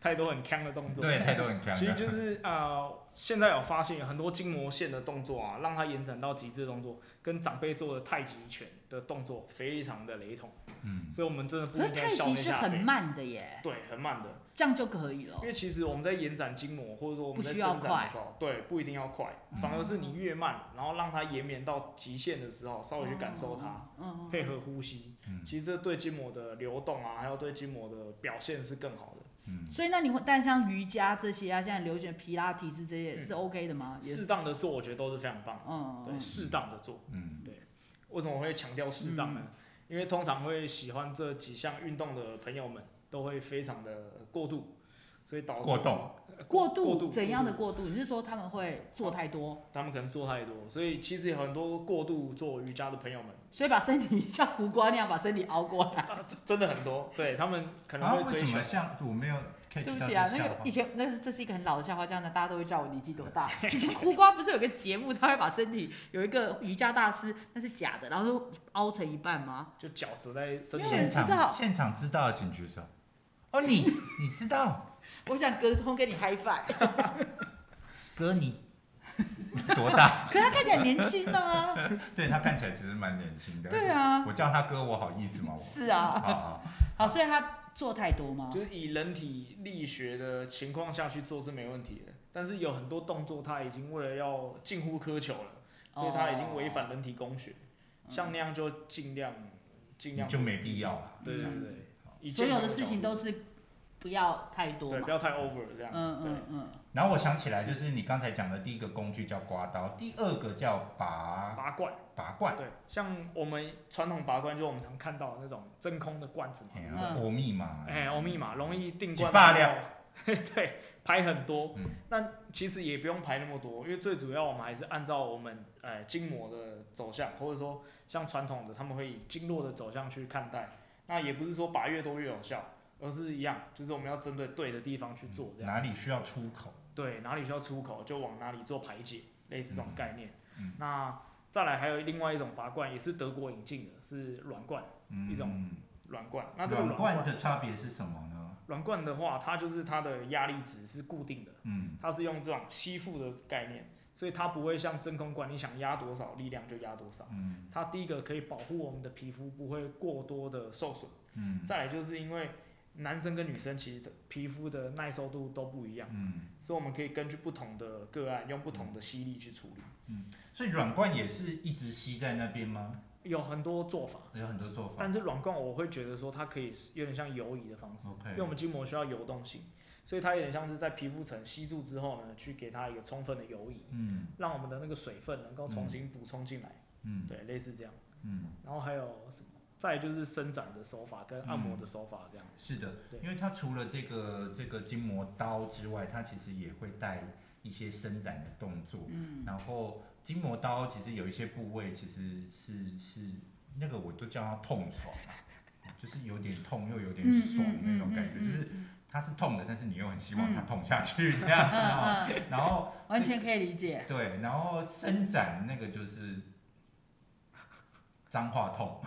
Speaker 3: 太多很强的动作，
Speaker 1: 对，太多人看
Speaker 3: 其实
Speaker 1: 了。
Speaker 3: 就是呃，现在有发现有很多筋膜线的动作啊，让它延展到极致的动作，跟长辈做的太极拳的动作非常的雷同，
Speaker 1: 嗯。
Speaker 3: 所以我们真的 不
Speaker 2: 可是
Speaker 3: 应该
Speaker 2: 太
Speaker 3: 笑那
Speaker 2: 极是
Speaker 3: 下
Speaker 2: 很
Speaker 3: 辈。
Speaker 2: 慢的耶，
Speaker 3: 对，很慢的，
Speaker 2: 这样就可以了
Speaker 3: 因。为其实我们在延展筋膜，或者说我们在
Speaker 2: 不需
Speaker 3: 伸
Speaker 2: 要嗯
Speaker 3: 展的时候，对，不一定要快，反而是你越慢，然后让它延绵到极限的时候，稍微去感受它，
Speaker 2: 嗯，嗯，
Speaker 3: 配合呼吸，
Speaker 1: 嗯
Speaker 3: 其实这对筋膜的流动啊，还有对筋膜的表现是更好的。
Speaker 1: 嗯
Speaker 2: 所以那你会，但像瑜伽这些啊，现在流行的皮拉提斯这些
Speaker 3: 嗯
Speaker 2: 是 OK 的吗？啊也
Speaker 3: 适，当的做，我觉得都是非常棒的。
Speaker 2: 嗯，
Speaker 3: 对，
Speaker 2: 嗯
Speaker 3: 适当的做。
Speaker 1: 嗯
Speaker 3: 为什么我会强调适当呢？
Speaker 2: 嗯
Speaker 3: 因为通常会喜欢这几项运动的朋友们都会非常的过度，所以导致
Speaker 1: 过动
Speaker 3: 呃
Speaker 2: 过
Speaker 3: 过
Speaker 2: 度
Speaker 3: 度
Speaker 2: 怎样的过度？你是说他们会做太多，
Speaker 3: 他们可能做太多，所以其实有很多过度做瑜伽的朋友们，
Speaker 2: 所以把身体 像胡瓜那样把身体熬过来？
Speaker 3: 啊真真的很多，对他们可能
Speaker 1: 然后
Speaker 3: 会
Speaker 1: 啊为
Speaker 3: 追
Speaker 1: 什
Speaker 3: 求
Speaker 1: 么像我没有 catch 到
Speaker 2: 对不
Speaker 1: 这
Speaker 2: 起
Speaker 1: 个
Speaker 2: 啊，那
Speaker 1: 笑
Speaker 2: 个
Speaker 1: 话
Speaker 2: 以？前那个这是一个很老的笑话，这样的大家都会知道 我年纪多大。以前胡瓜不是有个节目，他会把身体有一个瑜伽大师，那是假的，然后就凹成一半吗？
Speaker 3: 就脚折在身
Speaker 2: 没有
Speaker 1: 现
Speaker 2: 人
Speaker 3: 上，
Speaker 2: 知道
Speaker 1: 场现场知道的请举手。哦，你你知道
Speaker 2: 我想隔空跟你嗨翻，
Speaker 1: 哥你多大？
Speaker 2: 可他看起来年轻啊。
Speaker 1: 对他看起来其实蛮年轻的。
Speaker 2: 对啊，
Speaker 1: 我叫他哥，我好意思吗？我
Speaker 2: 是啊，
Speaker 1: 好好，
Speaker 2: 好，所以他做太多吗？
Speaker 3: 就是以人体力学的情况下去做是没问题的，但是有很多动作它已经为了要近乎苛求了，所以它已
Speaker 2: 哦
Speaker 3: 经违反人体工学，像那样就尽量尽量
Speaker 1: 就没必要了。
Speaker 3: 对对
Speaker 2: 嗯
Speaker 3: 对以
Speaker 2: 所
Speaker 3: 健
Speaker 2: 有
Speaker 3: 康
Speaker 2: 的
Speaker 3: 的
Speaker 2: 事情
Speaker 3: 角
Speaker 2: 都是不要太多
Speaker 3: 度对，
Speaker 2: 嘛
Speaker 3: 不。要太 over 这样。
Speaker 2: 嗯嗯嗯，
Speaker 1: 然后我想起来，就是你刚才讲的第一个工具叫刮刀，第二个叫拔
Speaker 3: 拔罐，
Speaker 1: 拔罐，
Speaker 3: 对，像我们传统拔罐，就是我们常看到的那种真空的罐子嘛，
Speaker 1: 哎呀，欧米嘛，
Speaker 3: 哎，欧密码容易定罐
Speaker 1: 几把
Speaker 3: 到，
Speaker 1: 料
Speaker 3: 对，排很多
Speaker 1: 嗯。
Speaker 3: 那其实也不用排那么多，因为最主要我们还是按照我们呃筋膜的走向，或者说像传统的他们会以经络的走向去看待。那也不是说拔越多越有效，而是一样，就是我们要针对对的地方去做这样。
Speaker 1: 哪里需要出口？
Speaker 3: 对，哪里需要出口就往哪里做排解，类似这种概念。
Speaker 1: 嗯
Speaker 3: 那再来还有另外一种拔罐，也是德国引进的，是软罐，
Speaker 1: 嗯
Speaker 3: 一种软罐。那这个
Speaker 1: 软
Speaker 3: 软罐
Speaker 1: 罐的差别是什么呢？
Speaker 3: 软罐的话，它就是它的压力值是固定的，
Speaker 1: 嗯
Speaker 3: 它是用这种吸附的概念，所以它不会像真空管，你想压多少力量就压多少。
Speaker 1: 嗯
Speaker 3: 它第一个可以保护我们的皮肤不会过多的受损，
Speaker 1: 嗯
Speaker 3: 再来就是因为男生跟女生其实的皮肤的耐受度都不一样，
Speaker 1: 嗯，
Speaker 3: 所以我们可以根据不同的个案用不同的吸力去处理，
Speaker 1: 所以软罐也是一直吸在那边吗？
Speaker 3: 有很多做法。
Speaker 1: 有很多做法
Speaker 3: 但。是软罐我会觉得说它可以是有点像游移的方式
Speaker 1: OK
Speaker 3: 因为我们筋膜需要游动性，所以它有点像是在皮肤层吸住之后呢，去给它一个充分的游移，
Speaker 1: 嗯
Speaker 3: 让我们的那个水分能够重新补充进来，
Speaker 1: 嗯
Speaker 3: 对，类似这样。
Speaker 1: 嗯，
Speaker 3: 然后还有什么？再来就是伸展的手法跟按摩
Speaker 1: 嗯
Speaker 3: 的手法
Speaker 2: 哦
Speaker 3: 这样。
Speaker 1: 是的，
Speaker 3: 对
Speaker 1: 因为它除了这个这个筋膜刀之外，它其实也会带一些伸展的动作。
Speaker 2: 嗯，
Speaker 1: 然后筋膜刀其实有一些部位其实是是那个我都叫它痛爽啊，就是有点痛又有点爽
Speaker 2: 嗯
Speaker 1: 那种感觉，就是它是痛的，但是你又很希望它痛下去这 样子啊。
Speaker 2: 嗯嗯，
Speaker 1: 然后
Speaker 2: 完全可以理解。
Speaker 1: 对，然后伸展那个就是 脏话痛，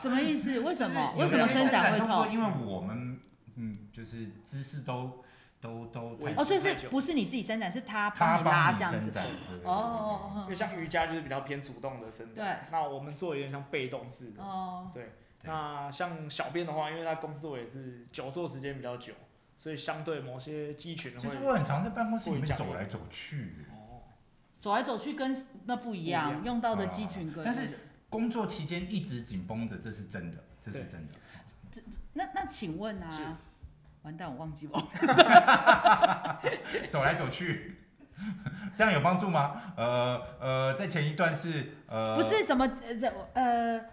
Speaker 2: 什么意思？为什么？
Speaker 1: 啊就
Speaker 2: 为
Speaker 1: 是
Speaker 2: 什
Speaker 1: 有
Speaker 2: 么
Speaker 1: 一些
Speaker 2: 伸展会
Speaker 1: 动作
Speaker 2: 痛？
Speaker 1: 因为我们嗯，就是姿势都都都
Speaker 3: 我
Speaker 1: 太
Speaker 2: 哦，
Speaker 3: 是
Speaker 2: 所以
Speaker 3: 太
Speaker 2: 是
Speaker 3: 久
Speaker 2: 不是你自己伸展，是他
Speaker 1: 他
Speaker 2: 帮你拉
Speaker 1: 帮
Speaker 2: 这样
Speaker 1: 伸
Speaker 2: 子？
Speaker 1: 展，对
Speaker 2: 哦哦
Speaker 3: 因为
Speaker 2: 哦
Speaker 3: 像瑜伽就是比较偏主动的伸展，那我们做有点像被动式的。
Speaker 2: 哦，
Speaker 1: 对
Speaker 3: 那像小便的话，因为他工作也是久坐时间比较久，所以相对某些肌群
Speaker 1: 其实
Speaker 3: 会
Speaker 1: 我很常在办公室里
Speaker 3: 会
Speaker 1: 面
Speaker 3: 讲
Speaker 1: 走来走去。
Speaker 3: 哦，
Speaker 2: 走来走去跟那不一
Speaker 3: 不一
Speaker 2: 样，
Speaker 3: 样
Speaker 2: 用到的肌
Speaker 3: 哦
Speaker 2: 群跟。
Speaker 1: 但是工作期间一直紧绷着，这是真的，这是真的。
Speaker 2: 那那请问
Speaker 3: 是
Speaker 2: 啊，完蛋，我忘记我。
Speaker 1: 走来走去， 这样有帮助吗？呃呃，在前一段是呃，
Speaker 2: 不是什么呃呃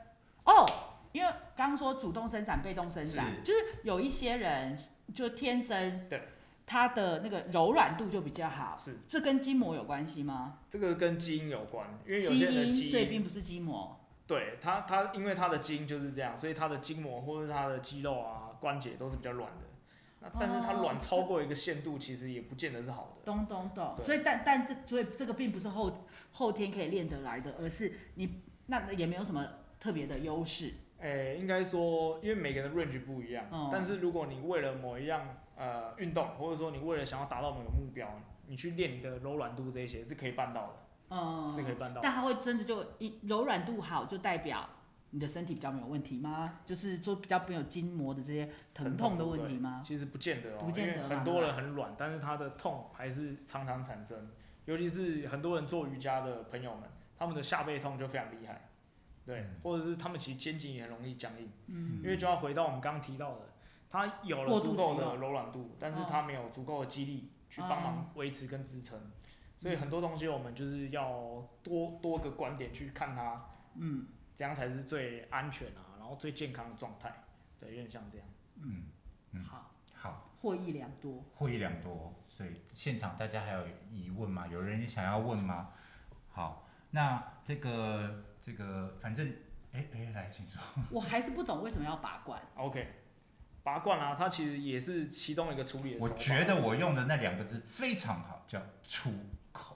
Speaker 2: 哦，因为刚刚说主动伸展、被动伸展，
Speaker 1: 是
Speaker 2: 就是有一些人就天生
Speaker 3: 对
Speaker 2: 他的那个柔软度就比较好，
Speaker 3: 是
Speaker 2: 这跟筋膜有关系吗？
Speaker 3: 这个跟基因有关，因为有
Speaker 2: 基
Speaker 3: 些人的
Speaker 2: 因，
Speaker 3: 基
Speaker 2: 所以
Speaker 3: 因，
Speaker 2: 并不是筋膜。
Speaker 3: 对他他因为他的基因就是这样，所以他的筋膜或者他的肌肉啊关节都是比较软的。那但是它
Speaker 2: 哦
Speaker 3: 软超过一个限度，其实也不见得是好的。
Speaker 2: 懂懂懂，
Speaker 3: 对
Speaker 2: 所以但但这所以这个并不是后后天可以练得来的，而是你那也没有什么特别的优势。
Speaker 3: 诶、应该说，因为每个人的 range 不一样，
Speaker 2: 哦
Speaker 3: 但是如果你为了某一样呃运动，或者说你为了想要达到某个目标，你去练你的柔软度这些是可以办到的，
Speaker 2: 嗯，
Speaker 3: 是可以办到的。
Speaker 2: 但它会真的就一柔软度好，就代表你的身体比较没有问题吗？就是说比较没有筋膜的这些疼痛的问题吗？
Speaker 3: 其实不见得哦，
Speaker 2: 不见得
Speaker 3: 因
Speaker 2: 嘛
Speaker 3: 为很多人很软，但是他的痛还是常常产生，尤其是很多人做瑜伽的朋友们，他们的下背痛就非常厉害，对，
Speaker 1: 嗯
Speaker 3: 或者是他们其实肩颈也很容易僵硬，
Speaker 2: 嗯，
Speaker 3: 因为就要回到我们刚刚提到的，他有了
Speaker 2: 过度嗯
Speaker 3: 足够
Speaker 2: 使
Speaker 3: 的
Speaker 2: 用
Speaker 3: 柔软度，但是
Speaker 2: 哦
Speaker 3: 他没有足够的肌力去帮忙维持跟支撑，所以很多东西我们就是要多多个观点去看它，
Speaker 2: 嗯，
Speaker 3: 这样才是最安全啊，然后最健康的状态，对，有点像这样。
Speaker 1: 嗯，嗯
Speaker 2: 好，
Speaker 1: 好，
Speaker 2: 获益良 多。
Speaker 1: 会议良多，所以现场大家还有疑问吗？有人想要问吗？好，那这个这个，反正哎哎，来，请说。
Speaker 2: 我还是不懂为什么要拔罐。
Speaker 3: OK，拔罐啊，它其实也是其中一个处理的手
Speaker 1: 我
Speaker 3: 法。
Speaker 1: 觉得我用的那两个字非常好，叫出口。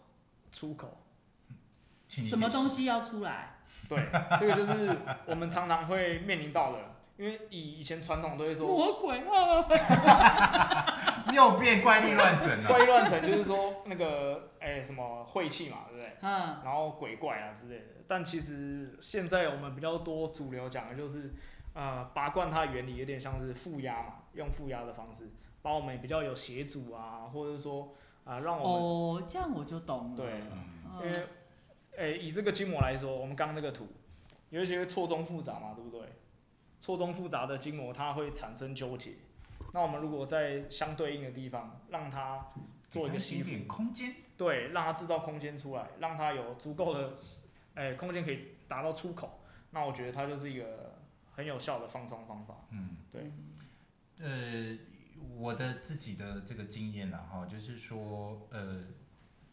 Speaker 3: 出口，
Speaker 1: 请你
Speaker 2: 什么
Speaker 1: 解释
Speaker 2: 东？西要出来？
Speaker 3: 对，这个就是我们常常会面临到的，因为以以前传统都会说
Speaker 2: 魔鬼 啊！
Speaker 1: 又变怪力乱神了。
Speaker 3: 怪力乱神，就是说那个哎、什么晦气嘛，对不对？
Speaker 2: 嗯，
Speaker 3: 然后鬼怪啊之类的。但其实现在我们比较多主流讲的就是，呃，拔罐它的原理有点像是负压嘛，用负压的方式，把我们比较有血阻啊，或者说啊、让我们、
Speaker 2: 哦，这样我就懂了。
Speaker 3: 对。
Speaker 1: 嗯
Speaker 2: 嗯，
Speaker 3: 因为，诶、以这个筋膜来说，我们刚刚那个图，有一些错综复杂嘛，对不对？错综复杂的筋膜，它会产生纠结。那我们如果在相对应的地方，让它做一个
Speaker 1: 给它
Speaker 3: 吸
Speaker 1: 一
Speaker 3: 附，
Speaker 1: 点空间。
Speaker 3: 对，让它制造空间出来，让它有足够的，诶、空间可以达到出口。那我觉得它就是一个很有效的放松方法。
Speaker 1: 嗯，
Speaker 3: 对。
Speaker 1: 呃，我的自己的这个经验啦，哈，就是说，呃，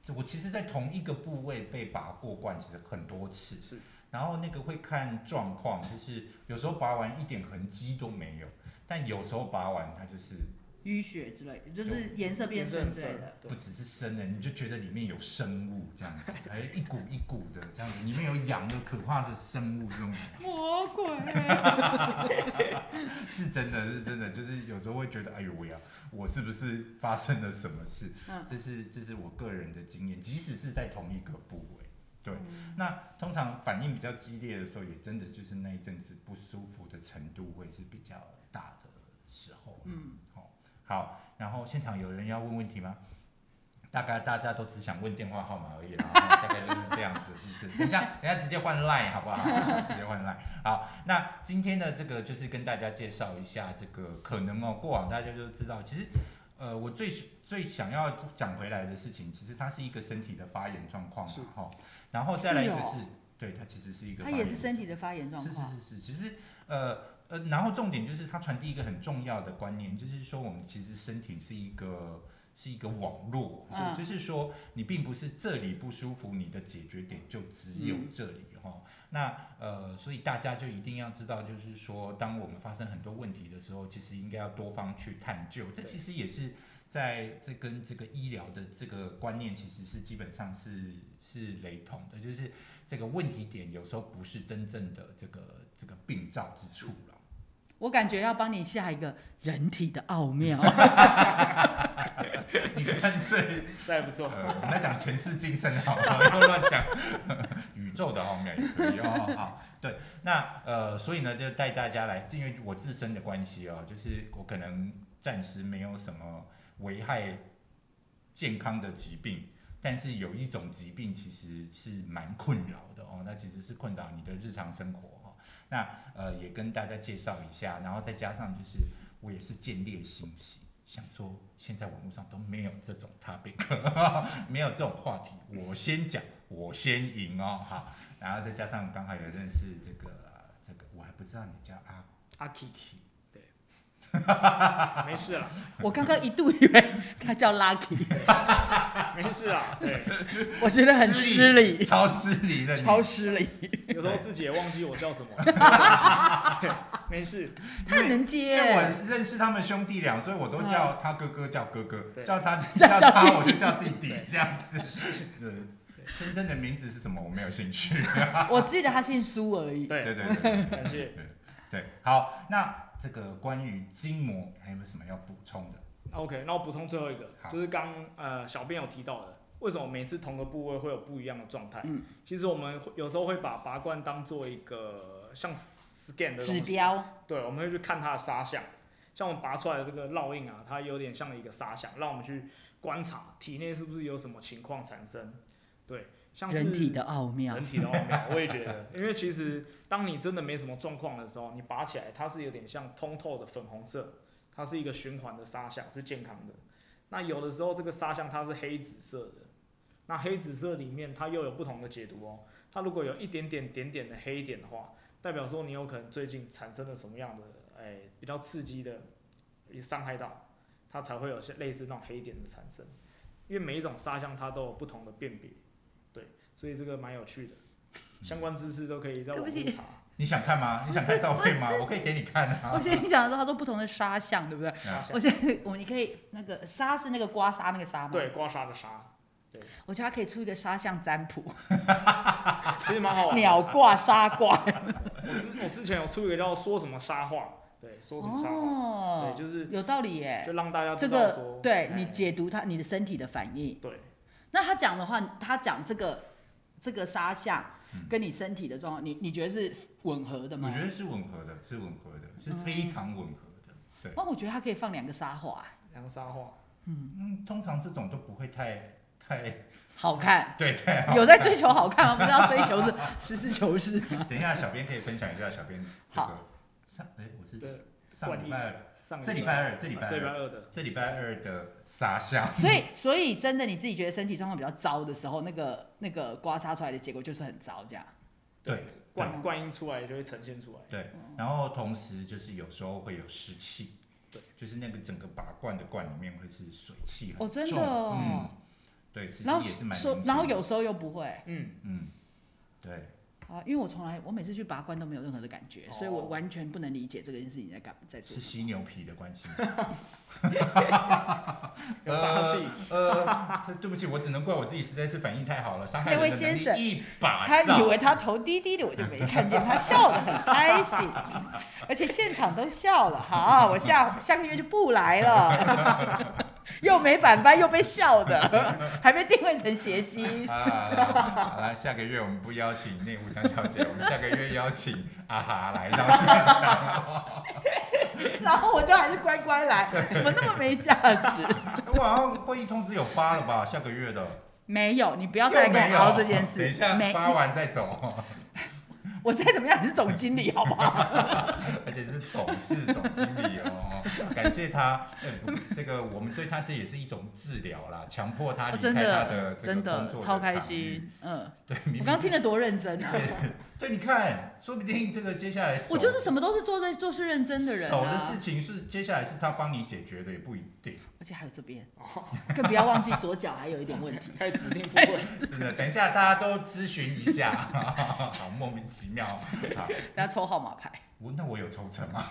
Speaker 1: 这我其实，在同一个部位被拔过罐，其实很多次。
Speaker 3: 是。
Speaker 1: 然后那个会看状况，就是有时候拔完一点痕迹都没有，但有时候拔完它就是
Speaker 2: 淤血之类，就是颜色变
Speaker 3: 颜色
Speaker 2: 深
Speaker 3: 很
Speaker 2: 之类的。
Speaker 1: 不只是生的，你就觉得里面有生物这样子， 哎，一股一股的这样子，里面有养的可怕的生物这种。
Speaker 2: 魔鬼、
Speaker 1: 是真的是真的，就是有时候会觉得，哎呦喂啊，我是不是发生了什么事？
Speaker 2: 嗯
Speaker 1: 这是这是我个人的经验，即使是在同一个部位。对，
Speaker 2: 嗯
Speaker 1: 那通常反应比较激烈的时候，也真的就是那一阵子不舒服的程度会是比较大的时候。
Speaker 2: 嗯，
Speaker 1: 好，好，然后现场有人要问问题吗？大概大家都只想问电话号码而已啦，然 后大概就是这样子，是不是？等一下，等一下直接换 line 好不 好？直接换 line。好，那今天的这个就是跟大家介绍一下这个可能哦，过往大家就知道，其实呃，我最最想要讲回来的事情，其实它是一个身体的发炎状况嘛
Speaker 3: 是，
Speaker 1: 哈。然后再来一个
Speaker 2: 是
Speaker 1: 是，
Speaker 2: 哦
Speaker 1: 对，它其实是一个
Speaker 2: 它
Speaker 1: 发
Speaker 2: 也
Speaker 1: 炎
Speaker 2: 是身体的发炎状况，
Speaker 1: 是是是是，其实呃呃，然后重点就是它传递一个很重要的观念，就是说我们其实身体是一个是一个网络，
Speaker 2: 是
Speaker 1: 是就是说你并不是这里不舒服，你的解决点就只有
Speaker 3: 嗯
Speaker 1: 这里哈、哦。那呃，所以大家就一定要知道，就是说当我们发生很多问题的时候，其实应该要多方去探究，这
Speaker 3: 对
Speaker 1: 其实也是。在这跟这个医疗的这个观念其实是基本上是是雷同的，就是这个问题点有时候不是真正的这个这个病灶之处了。
Speaker 2: 我感觉要帮你下一个人体的奥 妙。
Speaker 1: 你干脆
Speaker 3: 再不错，
Speaker 1: 呃，我们来讲前世今生好了， 又乱讲宇宙的后面也可以哦。好，对，那呃，所以呢，就带大家来，因为我自身的关系哦，就是我可能暂时没有什么危害健康的疾病。但是有一种疾病其实是蛮困扰的哦，那其实是困扰你的日常生活哦。那呃也跟大家介绍一下，然后再加上就是我也是见猎心喜，想说现在网络上都没有这种 topic，没有这种话题，我先讲，我先赢哦，好，然后再加上刚好有认识这个呃这个，我还不知道你叫阿
Speaker 3: 阿 K，
Speaker 1: K，
Speaker 3: 没事啦，
Speaker 2: 我刚刚一度以为他叫 Lucky，
Speaker 3: 没事啦，对，
Speaker 2: 我觉得很失礼，
Speaker 1: 超失礼的你，
Speaker 2: 超失礼。
Speaker 3: 有时候自己也忘记我 叫什么，对，没事，
Speaker 2: 他能接
Speaker 1: 因为我认识他们兄弟俩，所以我都叫他哥哥叫哥哥，
Speaker 3: 对
Speaker 1: 叫他
Speaker 2: 叫
Speaker 1: 叫
Speaker 2: 叫
Speaker 1: 他
Speaker 2: 弟
Speaker 1: 我就叫弟弟
Speaker 3: 对
Speaker 1: 这样子。呃，真正的名字是什么？我没有兴趣。
Speaker 2: 我记得他姓苏而已。
Speaker 1: 对
Speaker 3: 对，
Speaker 1: 对对对
Speaker 3: 感谢。
Speaker 1: 对，好，那这个关于筋膜还有没有什么要补充的？
Speaker 3: OK，那我补充最后一个
Speaker 1: 好，
Speaker 3: 就是刚呃小编有提到的，为什么每次同个部位会有不一样的状态？
Speaker 2: 嗯，
Speaker 3: 其实我们会有时候会把拔罐当做一个像 scan 的
Speaker 2: 指
Speaker 3: 东西，
Speaker 2: 标，
Speaker 3: 对，我们会去看它的沙像。像我们拔出来的这个烙印啊，它有点像一个沙像，让我们去观察体内是不是有什么情况产生。对，像是
Speaker 2: 人体的奥妙
Speaker 3: 人。体的奥妙，我也觉得，因为其实当你真的没什么状况的时候，你拔起来，它是有点像通透的粉红色，它是一个循环的沙像，是健康的。那有的时候这个沙像它是黑紫色的，那黑紫色里面它又有不同的解读哦。它如果有一点点点点的黑点的话，代表说你有可能最近产生了什么样的哎、比较刺激的也伤害到，它才会有些类似那种黑点的产生。因为每一种沙像它都有不同的辨别，对，所以这个蛮有趣的，相关知识都可以在网
Speaker 2: 对
Speaker 3: 络
Speaker 2: 不起
Speaker 3: 查。
Speaker 1: 你想看吗？你想看照 片吗？我可以给你看
Speaker 2: 我
Speaker 1: 啊。
Speaker 2: 现在想说，他说不同的沙像，对不对？
Speaker 3: 沙像
Speaker 2: 我现在我你可以那个沙是那个刮痧那个沙吗？
Speaker 3: 对，，刮痧的痧，
Speaker 2: 我觉得他可以出一个沙像占卜，
Speaker 3: 其实蛮好玩的。
Speaker 2: 鸟挂沙挂。
Speaker 3: 我之我之前有出一个叫说什么沙画，对， 说什么沙画，对，
Speaker 2: 哦，
Speaker 3: 就是
Speaker 2: 有道理耶。
Speaker 3: 就让大家
Speaker 2: 这
Speaker 3: 知道
Speaker 2: 个
Speaker 3: 说，
Speaker 2: 对
Speaker 3: 哎
Speaker 2: 你解读他你的身体的反应。
Speaker 3: 对
Speaker 2: 那他讲的话，他讲这个这个沙像跟你身体的状况，你你觉得是吻合的吗？嗯
Speaker 1: 我嗯觉得是吻合的，是吻合的，是非常吻合的。对，
Speaker 2: 哦，我觉得他可以放两个沙画，
Speaker 3: 两个沙画，
Speaker 1: 嗯，通常这种都不会太太
Speaker 2: 好看。
Speaker 1: 对太好。
Speaker 2: 啊有在追求好看吗？不是要追求是 实事求是吗？
Speaker 1: 等一下，小编可以分享一下小编这个上哎，我是
Speaker 3: 对，
Speaker 1: 上礼拜
Speaker 3: 上个
Speaker 1: 这礼拜二，这礼拜
Speaker 3: 这礼拜
Speaker 1: 二，
Speaker 3: 二的，
Speaker 1: 这礼拜二的沙像。
Speaker 2: 所以，所以真的你自己觉得身体状况比较糟的时候，那个那个刮痧出来的结果就是很糟，这样。
Speaker 1: 对，
Speaker 3: 灌灌音出来就会呈现出来，
Speaker 1: 对，然后同时就是有时候会有湿气，
Speaker 3: 对，
Speaker 1: 就是那个整个拔罐的罐里面会是水汽很重，
Speaker 2: 哦真的哦
Speaker 1: 嗯，对，其实
Speaker 2: 然后
Speaker 1: 也是蛮
Speaker 2: 说
Speaker 1: 明，显
Speaker 2: 然后
Speaker 1: 的
Speaker 2: 有时候又不会，
Speaker 3: 嗯，
Speaker 1: 嗯，对，
Speaker 2: 啊，因为我从来我每次去拔罐都没有任何的感觉，所以我
Speaker 3: 哦
Speaker 2: 完全不能理解这个件事情在干在做
Speaker 1: 是
Speaker 2: 什么。
Speaker 1: 犀牛皮的关系吗。
Speaker 3: 有杀气。
Speaker 1: 呃，呃，对不起，我只能怪我自己实在是反应太好了，伤害
Speaker 5: 这位
Speaker 1: 人的能力
Speaker 5: 先生
Speaker 1: 一把
Speaker 5: 他以
Speaker 1: 照
Speaker 5: 为他头低低的，我就没看见，他笑得很开心， 而且现场都笑了。好，我下下个月就不来了， 又没板板，又被笑的， 还被定位成谐星。
Speaker 1: 啊，好啦，下个月我们不邀请内务江小姐，我们下个月邀请阿哈来到现 场。
Speaker 5: 然后我就还是乖乖来，怎么那么没价值？
Speaker 1: 我好像会议通知有发了吧？下个月的，
Speaker 5: 没有，你不要再
Speaker 1: 又
Speaker 5: 跟
Speaker 1: 没
Speaker 5: 我
Speaker 1: 有
Speaker 5: 聊这件
Speaker 1: 等一
Speaker 5: 事
Speaker 1: 下。
Speaker 5: 没，
Speaker 1: 发完再 走，
Speaker 5: 我再怎么样也是总经理，好不 好？
Speaker 1: 而且是董事总经理哦，感谢他。哎不这个我们对他这也是一种治疗啦，强迫他
Speaker 5: 哦
Speaker 1: 离
Speaker 5: 真
Speaker 1: 开他
Speaker 5: 的
Speaker 1: 哦的，这
Speaker 5: 真
Speaker 1: 个工
Speaker 5: 的
Speaker 1: 作
Speaker 5: 超
Speaker 1: 的
Speaker 5: 开
Speaker 1: 场域。
Speaker 5: 心。嗯，
Speaker 1: 对，明
Speaker 5: 我
Speaker 1: 明
Speaker 5: 刚听得多认真啊！
Speaker 1: 对，你看，说不定这个接下来手
Speaker 2: 我就是什么都是做在做事认真的人
Speaker 1: 手的
Speaker 2: 啊
Speaker 1: 事，情是接下来是他帮你解决的，也不一 定。
Speaker 2: 而且还有这边，更不要忘记左脚还有一点问 题。
Speaker 3: 开指定不会，
Speaker 1: 真的，等一下大家都咨询一下， 好莫名其妙。好，
Speaker 5: 大家抽号码牌，
Speaker 1: 我那我有抽成吗？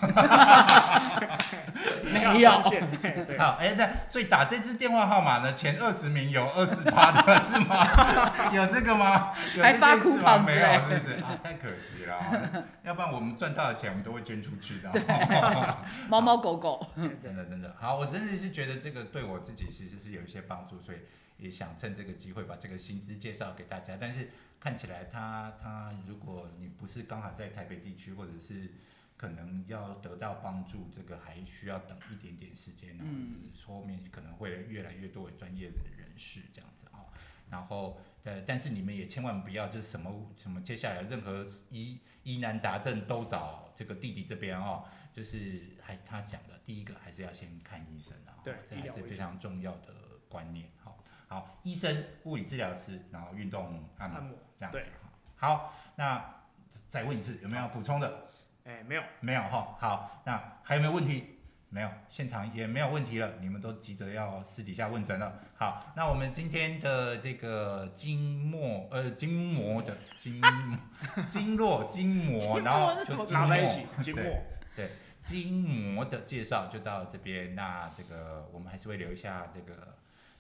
Speaker 5: 没有
Speaker 3: 上线嘿对，
Speaker 1: 好，哎、那所以打这支电话号码呢，前二十名有二十八的是吗？ 有这个吗？有
Speaker 5: 还
Speaker 1: 这件
Speaker 5: 发
Speaker 1: 事吗
Speaker 5: coupon
Speaker 1: 没
Speaker 5: 之类
Speaker 1: 有，是不是啊？太可惜了哦，要不然我们赚到的钱我们都会捐出去的哦。
Speaker 5: 猫猫狗狗，
Speaker 1: 真的真的好，我真的是觉得这个对我自己其实是有一些帮助，所以也想趁这个机会把这个薪资介绍给大家。但是看起来他他，如果你不是刚好在台北地区，或者是可能要得到帮助，这个还需要等一点点时间，然后
Speaker 2: 嗯
Speaker 1: 后面可能会越来越多的专业的人士这样子啊、然后呃，但是你们也千万不要就是什么什么，接下来任何疑疑难杂症都找这个弟弟这边哦。就是还他讲的第一个还是要先看医生啊，
Speaker 3: 对
Speaker 1: 这
Speaker 3: 医
Speaker 1: 还
Speaker 3: 疗
Speaker 1: 是
Speaker 3: 为
Speaker 1: 非
Speaker 3: 主
Speaker 1: 常重要的观念。好，好，医生、物理治疗师，然后运动按摩
Speaker 3: 按摩。
Speaker 1: 这样子
Speaker 3: 对。
Speaker 1: 好，好，那再问一次，有没有要补充的？
Speaker 3: 哎，没有，
Speaker 1: 没有哈。好，那还有没有问题？没有，现场也没有问题了，你们都急着要私底下问诊了。好，那我们今天的这个筋膜呃筋膜的筋经络筋膜，然后就筋
Speaker 3: 拿在一
Speaker 1: 膜
Speaker 3: 起，经
Speaker 1: 对
Speaker 3: 过。
Speaker 1: 筋膜的介绍就到这边。那这个我们还是会留一下这个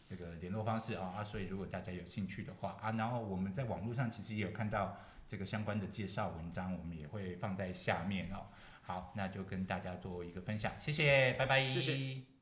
Speaker 1: 这个联络方式啊、啊，所以如果大家有兴趣的话啊，然后我们在网络上其实也有看到这个相关的介绍文章，我们也会放在下面哦。好，那就跟大家做一个分享，谢谢，拜拜，
Speaker 3: 谢谢